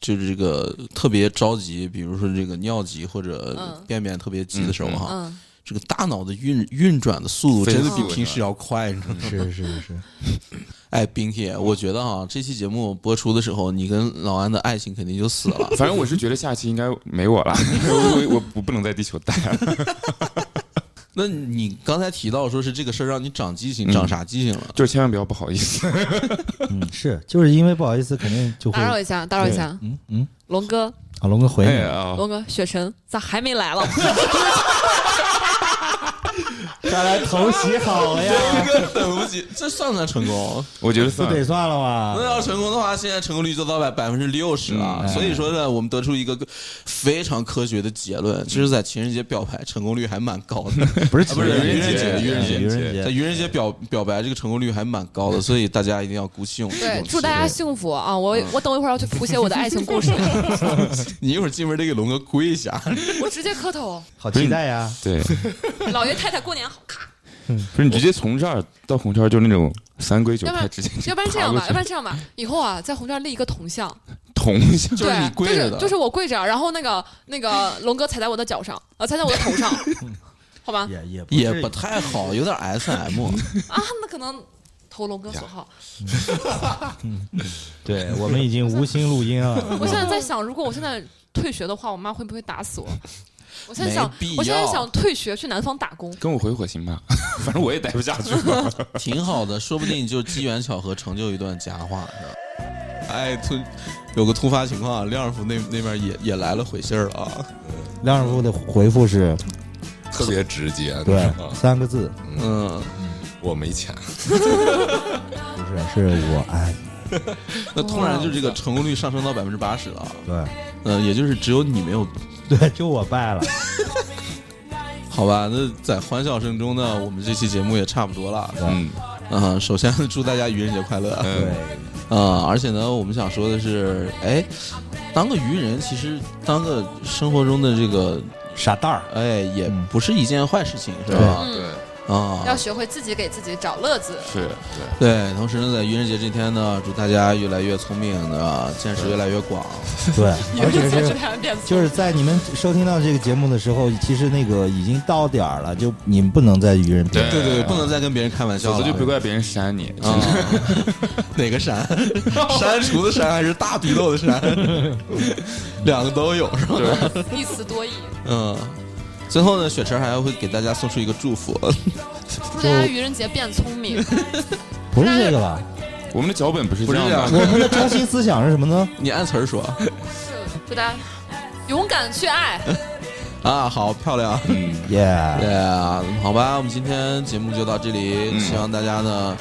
Speaker 1: 就是这个特别着急，比如说这个尿急或者
Speaker 3: 嗯
Speaker 1: 便便特别急的时候哈，
Speaker 3: 嗯，
Speaker 1: 这个大脑的运运转的速度
Speaker 4: 飞
Speaker 1: 真的
Speaker 4: 速
Speaker 1: 比
Speaker 4: 是
Speaker 1: 平
Speaker 4: 吧。
Speaker 1: 时要快，你知道吗？
Speaker 5: 是是是，
Speaker 1: 哎，冰铁，我觉得哈，这期节目播出的时候，你跟老安的爱情肯定就死了 <laughs>
Speaker 4: 反正我是觉得下期应该没我了，我我我我不能在地球 <laughs> 待了。
Speaker 1: 那你刚才提到说是这个事儿让你长记性，长啥记性 <laughs> 了？
Speaker 4: 就是千万不要不好意思，
Speaker 5: 嗯是，就是因为不好意思，肯定就会
Speaker 3: 打，扰一下，打扰一下，
Speaker 5: 嗯嗯，
Speaker 3: 龙哥，
Speaker 5: 啊，龙哥回
Speaker 4: 哎
Speaker 5: 你了，
Speaker 4: 呀，
Speaker 3: 龙哥，雪晨咋还没来了？
Speaker 5: 看来头洗好了呀，
Speaker 1: 这个等不及，这算不算成功？
Speaker 4: 我觉得
Speaker 5: 不
Speaker 4: 算
Speaker 5: 得
Speaker 4: 了，
Speaker 5: 算了
Speaker 1: 那
Speaker 5: 吧，
Speaker 1: 要成功的话，现在成功率就到百百分之六十了。
Speaker 5: 嗯
Speaker 1: 所以说呢，我们得出一个非常科学的结论，就是在情人节表白成功率还蛮高的， <laughs>
Speaker 5: 不是
Speaker 1: 啊不是
Speaker 5: 情
Speaker 1: 愚人节愚人节
Speaker 5: 愚人
Speaker 1: 在
Speaker 5: 节，
Speaker 1: 愚人节表表白这个成功率还蛮高的，所以大家一定要鼓起勇气。
Speaker 3: 对，祝大家幸福啊！我我等一会儿要去谱写我的爱情故事，
Speaker 1: 你一会儿进门得给龙哥跪下。
Speaker 3: 我直接磕头，
Speaker 5: 好期待呀，
Speaker 4: 对，
Speaker 9: 老爷太太过年好，咔，
Speaker 4: 不是你直接从这儿到红圈就那种三规九
Speaker 3: 要不
Speaker 4: 派
Speaker 3: 然
Speaker 4: 直接
Speaker 3: 要不然这样
Speaker 4: 爬过
Speaker 3: 吧，
Speaker 4: 去
Speaker 3: 要不然这样吧，以后啊，在红圈立一个铜像，
Speaker 4: 捅一下，
Speaker 1: 就是你
Speaker 3: 对，
Speaker 1: 跪着的
Speaker 3: 就是就是我跪着，然后那个那个龙哥踩在我的脚上，呃，踩在我的头上，好吧？
Speaker 5: 也也
Speaker 1: 也
Speaker 5: 是
Speaker 1: 不太
Speaker 3: <laughs>
Speaker 1: 好，有点 S M。
Speaker 3: 啊，那可能投龙哥所好。
Speaker 5: 对我们已经无心录音了，
Speaker 3: <laughs> 我现在在想，如果我现在退学的话，我妈会不会打死我？我现在想
Speaker 1: 没必，
Speaker 3: 我现在
Speaker 1: 要
Speaker 3: 想退学去南方打工。
Speaker 4: 跟我回火星吧， <laughs> 反正我也待不 <laughs> 下去了。
Speaker 1: 挺好的，说不定就机缘巧合成就一段佳话，是吧？哎，突有个突发情况，廖师傅那那边也也来了回信儿了啊。
Speaker 5: 梁师傅的回复是
Speaker 2: 特别直接，你知 <laughs>
Speaker 5: 对
Speaker 2: 道吗？
Speaker 5: 三个字，
Speaker 1: 嗯，
Speaker 2: 我没钱，
Speaker 5: 不是是我爱你，
Speaker 1: 那突然就这个成功率上升到百分之八十了啊，
Speaker 5: 对
Speaker 1: 嗯，也就是只有你没有，
Speaker 5: 对，就我败了，
Speaker 1: 好吧？那在欢笑声中呢，我们这期节目也差不多了。
Speaker 4: 嗯，
Speaker 1: 嗯，首先 <laughs> 祝大家愚人节快乐。
Speaker 5: 对，
Speaker 1: 啊、而且呢，我们想说的是，哎，当个愚人，其实当个生活中的这个，
Speaker 5: 傻蛋儿，
Speaker 1: 哎，也
Speaker 5: 嗯
Speaker 1: 不是一件坏事情，是吧？
Speaker 3: 嗯，
Speaker 1: 啊、
Speaker 3: 要学会自己给自己找乐子。
Speaker 4: 是
Speaker 1: 对，同时呢，在愚人节这天呢，祝大家越来越聪明，对吧？见识越来越广。
Speaker 3: <laughs>
Speaker 5: 对，而且
Speaker 3: 一
Speaker 5: 是
Speaker 3: 这两遍
Speaker 5: 就是在你们收听到这个节目的时候，其实那个已经到点儿了，就你们不能再愚人节
Speaker 1: 对对对，不能再跟别人开玩笑
Speaker 4: 否
Speaker 1: 了。
Speaker 4: 则就别怪别人扇你。
Speaker 1: 啊，哪个山？ <laughs> 删除的删还是大逼斗的 <laughs> 删？两个都有是吧？
Speaker 3: 一词多义，
Speaker 1: 嗯。最后呢，雪晨还会给大家送出一个祝福。 <laughs>
Speaker 3: 祝大家愚人节变聪明。
Speaker 5: 不是这个吧？
Speaker 4: <laughs> 我们的脚本不是这
Speaker 1: 不是这
Speaker 4: 样
Speaker 1: 样
Speaker 4: 的，
Speaker 5: 我们的中心思想是什么呢？
Speaker 1: 你按词儿说
Speaker 3: 祝大家勇敢去爱。
Speaker 1: 啊，好漂亮。
Speaker 5: 耶、
Speaker 1: 对啊，好吧，我们今天节目就到这里，希望大家呢，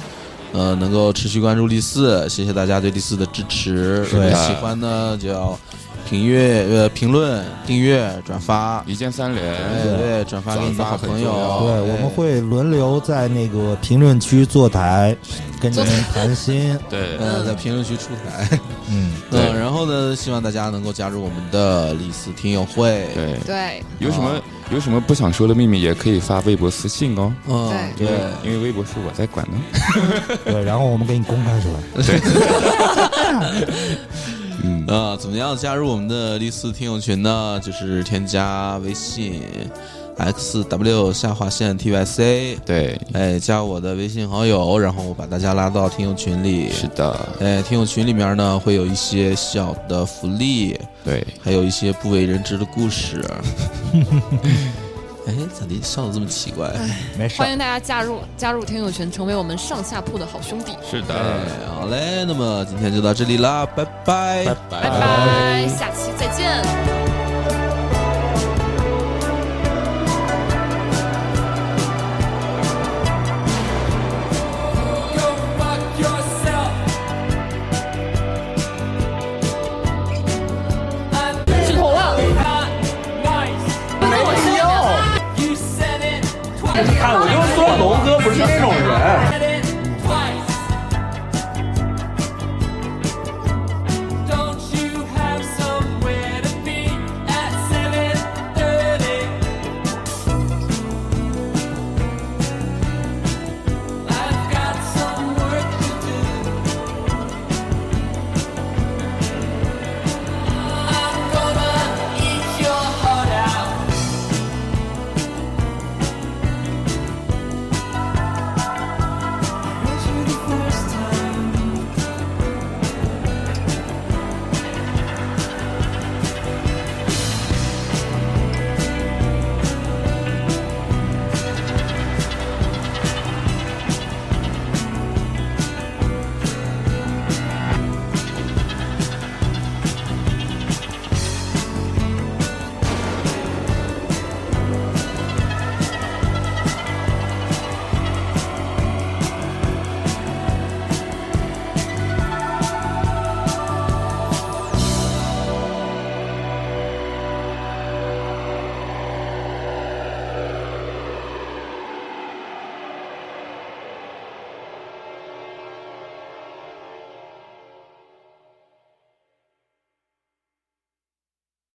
Speaker 1: 呃，能够持续关注第四，谢谢大家对第四的支持。如果
Speaker 5: 的
Speaker 1: 喜欢呢，就要评阅、呃评论、订阅、转发。
Speaker 4: 一键三
Speaker 1: 哎，
Speaker 4: 连。
Speaker 1: 对，转发给你的好朋友
Speaker 2: 转发。
Speaker 5: 对，我们会轮流在那个评论区坐台，跟你们谈心。
Speaker 4: 对，
Speaker 1: 呃在评论区出台。 <laughs> 嗯、
Speaker 5: 嗯，
Speaker 4: 嗯对
Speaker 1: 然后呢，希望大家能够加入我们的李斯听友会。
Speaker 4: 对，
Speaker 3: 对，
Speaker 4: 有什么有什么不想说的秘密，也可以发微博私信哦。
Speaker 1: 嗯，
Speaker 4: 因
Speaker 1: 对
Speaker 4: 为，因为微博是我在管的。
Speaker 5: 对，然后我们给你公开出来。
Speaker 4: 嗯，
Speaker 1: 啊、怎么样加入我们的丽思听友群呢？就是添加微信 x w 下划线 t y c，
Speaker 4: 对，
Speaker 1: 哎，加我的微信好友，然后我把大家拉到听友群里。
Speaker 4: 是的，
Speaker 1: 哎，听友群里面呢会有一些小的福利，
Speaker 4: 对，
Speaker 1: 还有一些不为人知的故
Speaker 4: <laughs>
Speaker 1: 事。哎，咋的笑的这么奇怪？
Speaker 5: 没事
Speaker 3: 欢，迎大家加入加入听友群，成为我们上下铺的好兄弟。
Speaker 4: 是
Speaker 1: 哎
Speaker 4: 的，，
Speaker 1: 好嘞，那么今天就到这里啦，拜拜
Speaker 4: 拜
Speaker 3: 拜拜，下期再见。